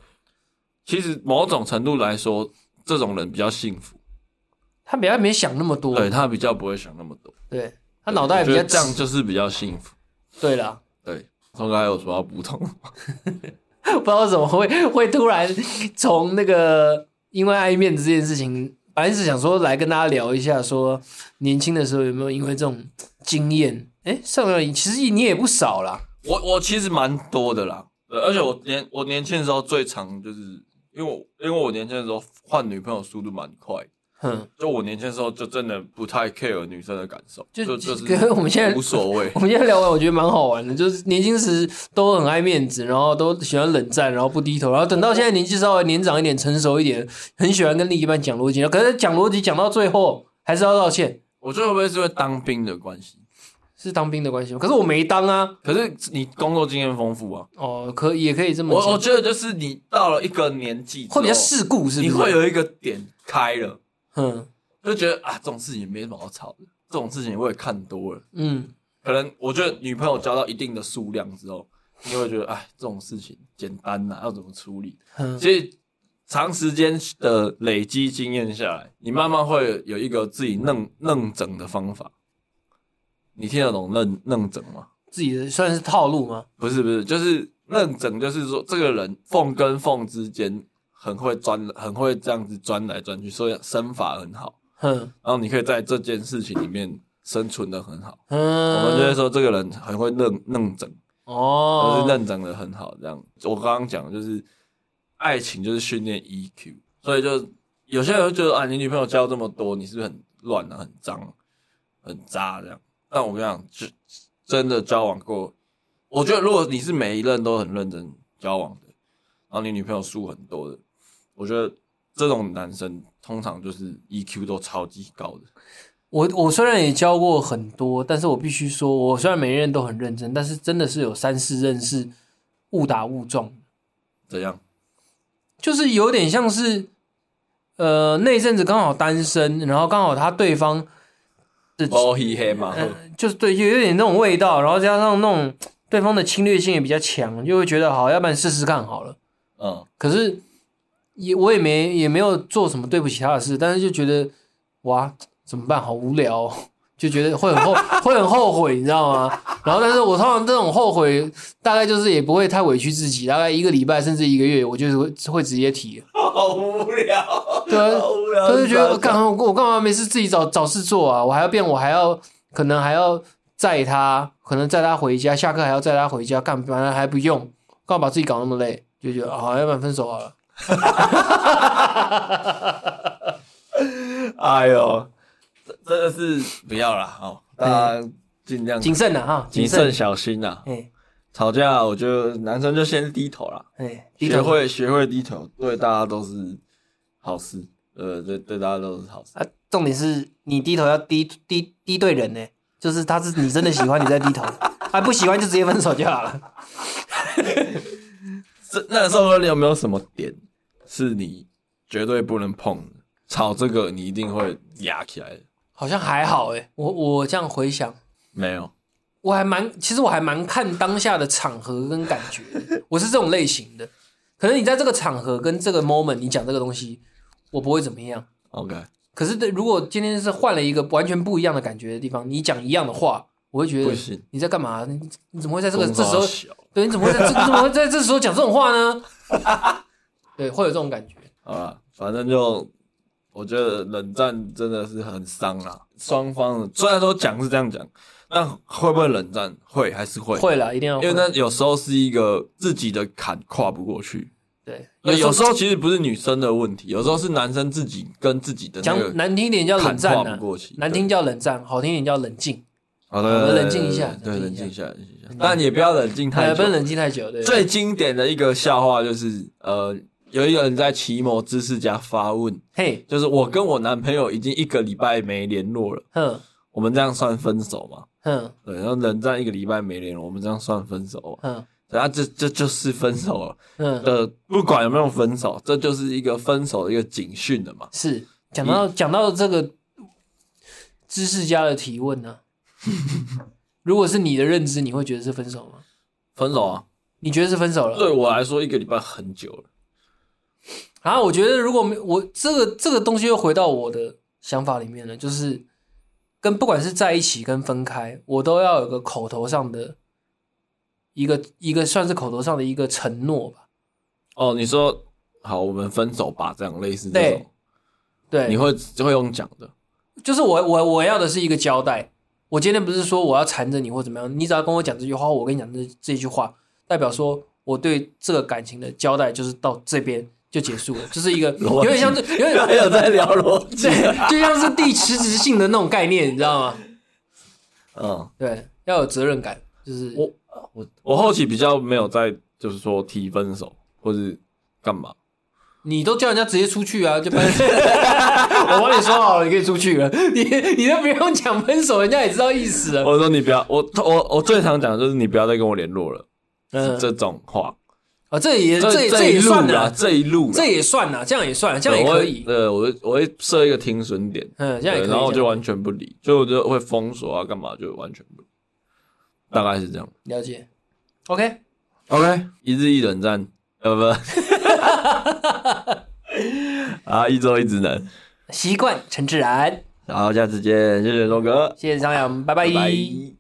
Speaker 1: 其实某种程度来说，这种人比较幸福，
Speaker 2: 他比较没想那么多，
Speaker 1: 对他比较不会想那么多，
Speaker 2: 对嗯他脑袋比
Speaker 1: 我觉
Speaker 2: 较
Speaker 1: 得这样
Speaker 2: 直，
Speaker 1: 就是比较幸福。
Speaker 2: 对啦，
Speaker 1: 对，聪哥还有什么要补充？
Speaker 2: 不知道怎么会 *laughs* 会突然从那个因为爱面子这件事情，本来是想说来跟大家聊一下，说年轻的时候有没有因为这种经验，诶，上了瘾其实你也不少啦，
Speaker 1: 我我其实蛮多的啦，对，而且我年我年轻的时候最常就是因为我因为我年轻的时候换女朋友速度蛮快的。
Speaker 2: 哼，
Speaker 1: 就我年轻的时候，就真的不太 care 女生的感受，
Speaker 2: 就
Speaker 1: 就就是
Speaker 2: 可是我们现在
Speaker 1: 无所谓
Speaker 2: 我。们今天聊完，我觉得蛮好玩的，就是年轻时都很爱面子，然后都喜欢冷战，然后不低头，然后等到现在年纪稍微年长一点、成熟一点，很喜欢跟另一半讲逻辑，可是讲逻辑讲到最后还是要道歉，
Speaker 1: 我觉得会不会是因为当兵的关系？
Speaker 2: 是当兵的关系吗？可是我没当啊，
Speaker 1: 可是你工作经验丰富啊，
Speaker 2: 哦，可也可以这么
Speaker 1: 我我
Speaker 2: 讲，
Speaker 1: 觉得就是你到了一个年纪之后，
Speaker 2: 会比较世故，是不是？
Speaker 1: 你会，有一个点开了，
Speaker 2: 嗯
Speaker 1: 就觉得啊，这种事情没什么好吵的，这种事情我也看多了。
Speaker 2: 嗯，
Speaker 1: 可能我觉得女朋友交到一定的数量之后，你会觉得哎，这种事情简单呐、要怎么处理？
Speaker 2: 嗯
Speaker 1: 所以长时间的累积经验下来，你慢慢会有一个自己弄弄整的方法。你听得懂弄弄整吗？
Speaker 2: 自己的算是套路吗？
Speaker 1: 不是不是，就是弄整，就是说这个人缝跟缝之间很会钻，很会这样子钻来钻去，所以身法很好。
Speaker 2: 哼
Speaker 1: 然后你可以在这件事情里面生存的很好。
Speaker 2: 嗯，
Speaker 1: 我们就会说这个人很会弄弄整，就是
Speaker 2: 哦，
Speaker 1: 认整的很好。这样，我刚刚讲的就是爱情就是训练 EQ，所以就有些人会觉得啊，你女朋友交这么多，你是不是很乱啊、很脏啊、很渣这样？但我跟你讲，就真的交往过，我觉得如果你是每一任都很认真交往的，然后你女朋友输很多的，我觉得这种男生通常就是 EQ 都超级高的。
Speaker 2: 我我虽然也教过很多，但是我必须说，我虽然每一任都很认真，但是真的是有三四任是误打误撞，
Speaker 1: 怎样？
Speaker 2: 就是有点像是，呃，那一阵子刚好单身，然后刚好他对方的，
Speaker 1: 包黑黑嘛？
Speaker 2: 呃，就是对，有有点那种味道，然后加上那种对方的侵略性也比较强，就会觉得好，要不然试试看好了。
Speaker 1: *laughs* 嗯，
Speaker 2: 可是也我也没也没有做什么对不起他的事，但是就觉得哇怎么办，好无聊、哦， *laughs* 就觉得会很后 *laughs* 会很后悔，你知道吗？然后但是我通常这种后悔大概就是也不会太委屈自己，大概一个礼拜甚至一个月，我就是会会直接提，
Speaker 1: 好无聊，
Speaker 2: 对
Speaker 1: *laughs*
Speaker 2: 啊
Speaker 1: 好无聊，
Speaker 2: 他就觉得干
Speaker 1: 刚
Speaker 2: 我我干嘛没事自己找找事做啊？我还要变，我还要可能还要载他，可能载他回家，下课还要载他回家，干本来还不用，干嘛把自己搞那么累？就觉得啊，要不然分手好了。
Speaker 1: 哎呦，这真的是不要了哦，大家尽量
Speaker 2: 谨慎啊，哈，
Speaker 1: 谨
Speaker 2: 谨慎
Speaker 1: 慎。小心呐。
Speaker 2: 哎
Speaker 1: 吵架，我觉得男生就先低头啦，
Speaker 2: 哎，低
Speaker 1: 学
Speaker 2: 头
Speaker 1: 会学会低头，对大家都是好事，呃，对对大家都是好事。
Speaker 2: 啊，重点是你低头要低低低对人呢、就是他是你真的喜欢，你再低头； *laughs* 还不喜欢就直接分手就好了。
Speaker 1: 这那时候你有没有什么点是你绝对不能碰的？吵这个你一定会压起来的，
Speaker 2: 好像还好哎、我我这样回想，
Speaker 1: 没有？
Speaker 2: 我还蛮，其实我还蛮看当下的场合跟感觉的， *laughs* 我是这种类型的。可能你在这个场合跟这个 moment，你讲这个东西，我不会怎么样。
Speaker 1: OK，
Speaker 2: 可是对，如果今天是换了一个完全不一样的感觉的地方，你讲一样的话，我会觉
Speaker 1: 不
Speaker 2: 得
Speaker 1: 行
Speaker 2: 你在干嘛？你你怎么会在这个
Speaker 1: 风
Speaker 2: 这时候
Speaker 1: 超？小
Speaker 2: 对，你怎么会在这你怎么会在这时候讲这种话呢？ *laughs* 对，会有这种感觉。
Speaker 1: 好啦，反正就我觉得冷战真的是很伤啦。双方虽然说讲是这样讲，但会不会冷战？会还是会，
Speaker 2: 会了，一定要
Speaker 1: 因为
Speaker 2: 会
Speaker 1: 那有时候是一个自己的坎跨不过去。
Speaker 2: 对，
Speaker 1: 那有时候其实不是女生的问题，有时候是男生自己跟自己的那
Speaker 2: 讲
Speaker 1: 个
Speaker 2: 难听一点叫冷战
Speaker 1: 坎
Speaker 2: 呐、
Speaker 1: 跨不过去
Speaker 2: 难听叫冷战，好听一点叫冷静。
Speaker 1: 好的，
Speaker 2: 冷静一下
Speaker 1: 对，冷
Speaker 2: 冷
Speaker 1: 静
Speaker 2: 静
Speaker 1: 一
Speaker 2: 一
Speaker 1: 下，冷静一下，但也不要冷静太
Speaker 2: 呃，不
Speaker 1: 久
Speaker 2: 能。冷静太久，对。
Speaker 1: 最经典的一个笑话就是，呃，有一个人在奇摩知识家发问，
Speaker 2: 嘿，
Speaker 1: 就是我跟我男朋友已经一个礼拜没联络了，
Speaker 2: 哼
Speaker 1: 我们这样算分手吗？
Speaker 2: 哼
Speaker 1: 对，然后冷战一个礼拜没联络，我们这样算分手吗？
Speaker 2: 哼
Speaker 1: 对啊，这这就是分手了。
Speaker 2: 哼，
Speaker 1: 呃，不管有没有分手，这就是一个分手的一个警讯了嘛。
Speaker 2: 是讲到讲到这个知识家的提问呢、如果是你的认知，你会觉得是分手吗？
Speaker 1: 分手啊，
Speaker 2: 你觉得是分手了？
Speaker 1: 对我来说一个礼拜很久了。
Speaker 2: 啊，我觉得如果没我这个这个东西又回到我的想法里面了，就是跟不管是在一起跟分开，我都要有个口头上的一个一个算是口头上的一个承诺吧。
Speaker 1: 哦，你说好，我们分手吧，这样类似这
Speaker 2: 对
Speaker 1: 种，
Speaker 2: 对，
Speaker 1: 你会会用讲的。
Speaker 2: 就是我我我要的是一个交代。我今天不是说我要缠着你或怎么样，你只要跟我讲这句话，我跟你讲这这句话，代表说我对这个感情的交代就是到这边就结束了，就是一个有点像是有点
Speaker 1: 还有在聊逻辑，
Speaker 2: 对，就像是递辞职信的那种概念，你知道吗？
Speaker 1: 嗯，
Speaker 2: 对，要有责任感，就是
Speaker 1: 我我我后期比较没有在就是说提分手或是干嘛，
Speaker 2: 你都叫人家直接出去啊，就我帮你说好了，你可以 *laughs* 出去了，你你都不用讲分手，人家也知道意思了。
Speaker 1: *laughs* 我说你不要，我我我最常讲的就是你不要再跟我联络了，
Speaker 2: 嗯
Speaker 1: 是这种话。
Speaker 2: 啊，这也这也
Speaker 1: 这
Speaker 2: 也
Speaker 1: 一路
Speaker 2: 算
Speaker 1: 啦，
Speaker 2: 了，
Speaker 1: 这一路啦，
Speaker 2: 这也算了，这样也算了，这样也
Speaker 1: 我
Speaker 2: 可
Speaker 1: 会
Speaker 2: 以。
Speaker 1: 呃，我会我会设一个停损点，
Speaker 2: 嗯，这样也
Speaker 1: 对
Speaker 2: 可以。
Speaker 1: 然后我
Speaker 2: 这
Speaker 1: 就
Speaker 2: 样
Speaker 1: 完全不理，就我就会封锁啊，干嘛就完全不理，大概是这样。
Speaker 2: 了解。OK，
Speaker 1: OK，一日一冷战，呃不，
Speaker 2: *laughs*
Speaker 1: 啊，一周一职能，
Speaker 2: 习惯陈志然，
Speaker 1: 然后下次见，谢谢周哥，
Speaker 2: 谢谢张扬，
Speaker 1: 拜
Speaker 2: 拜
Speaker 1: 拜。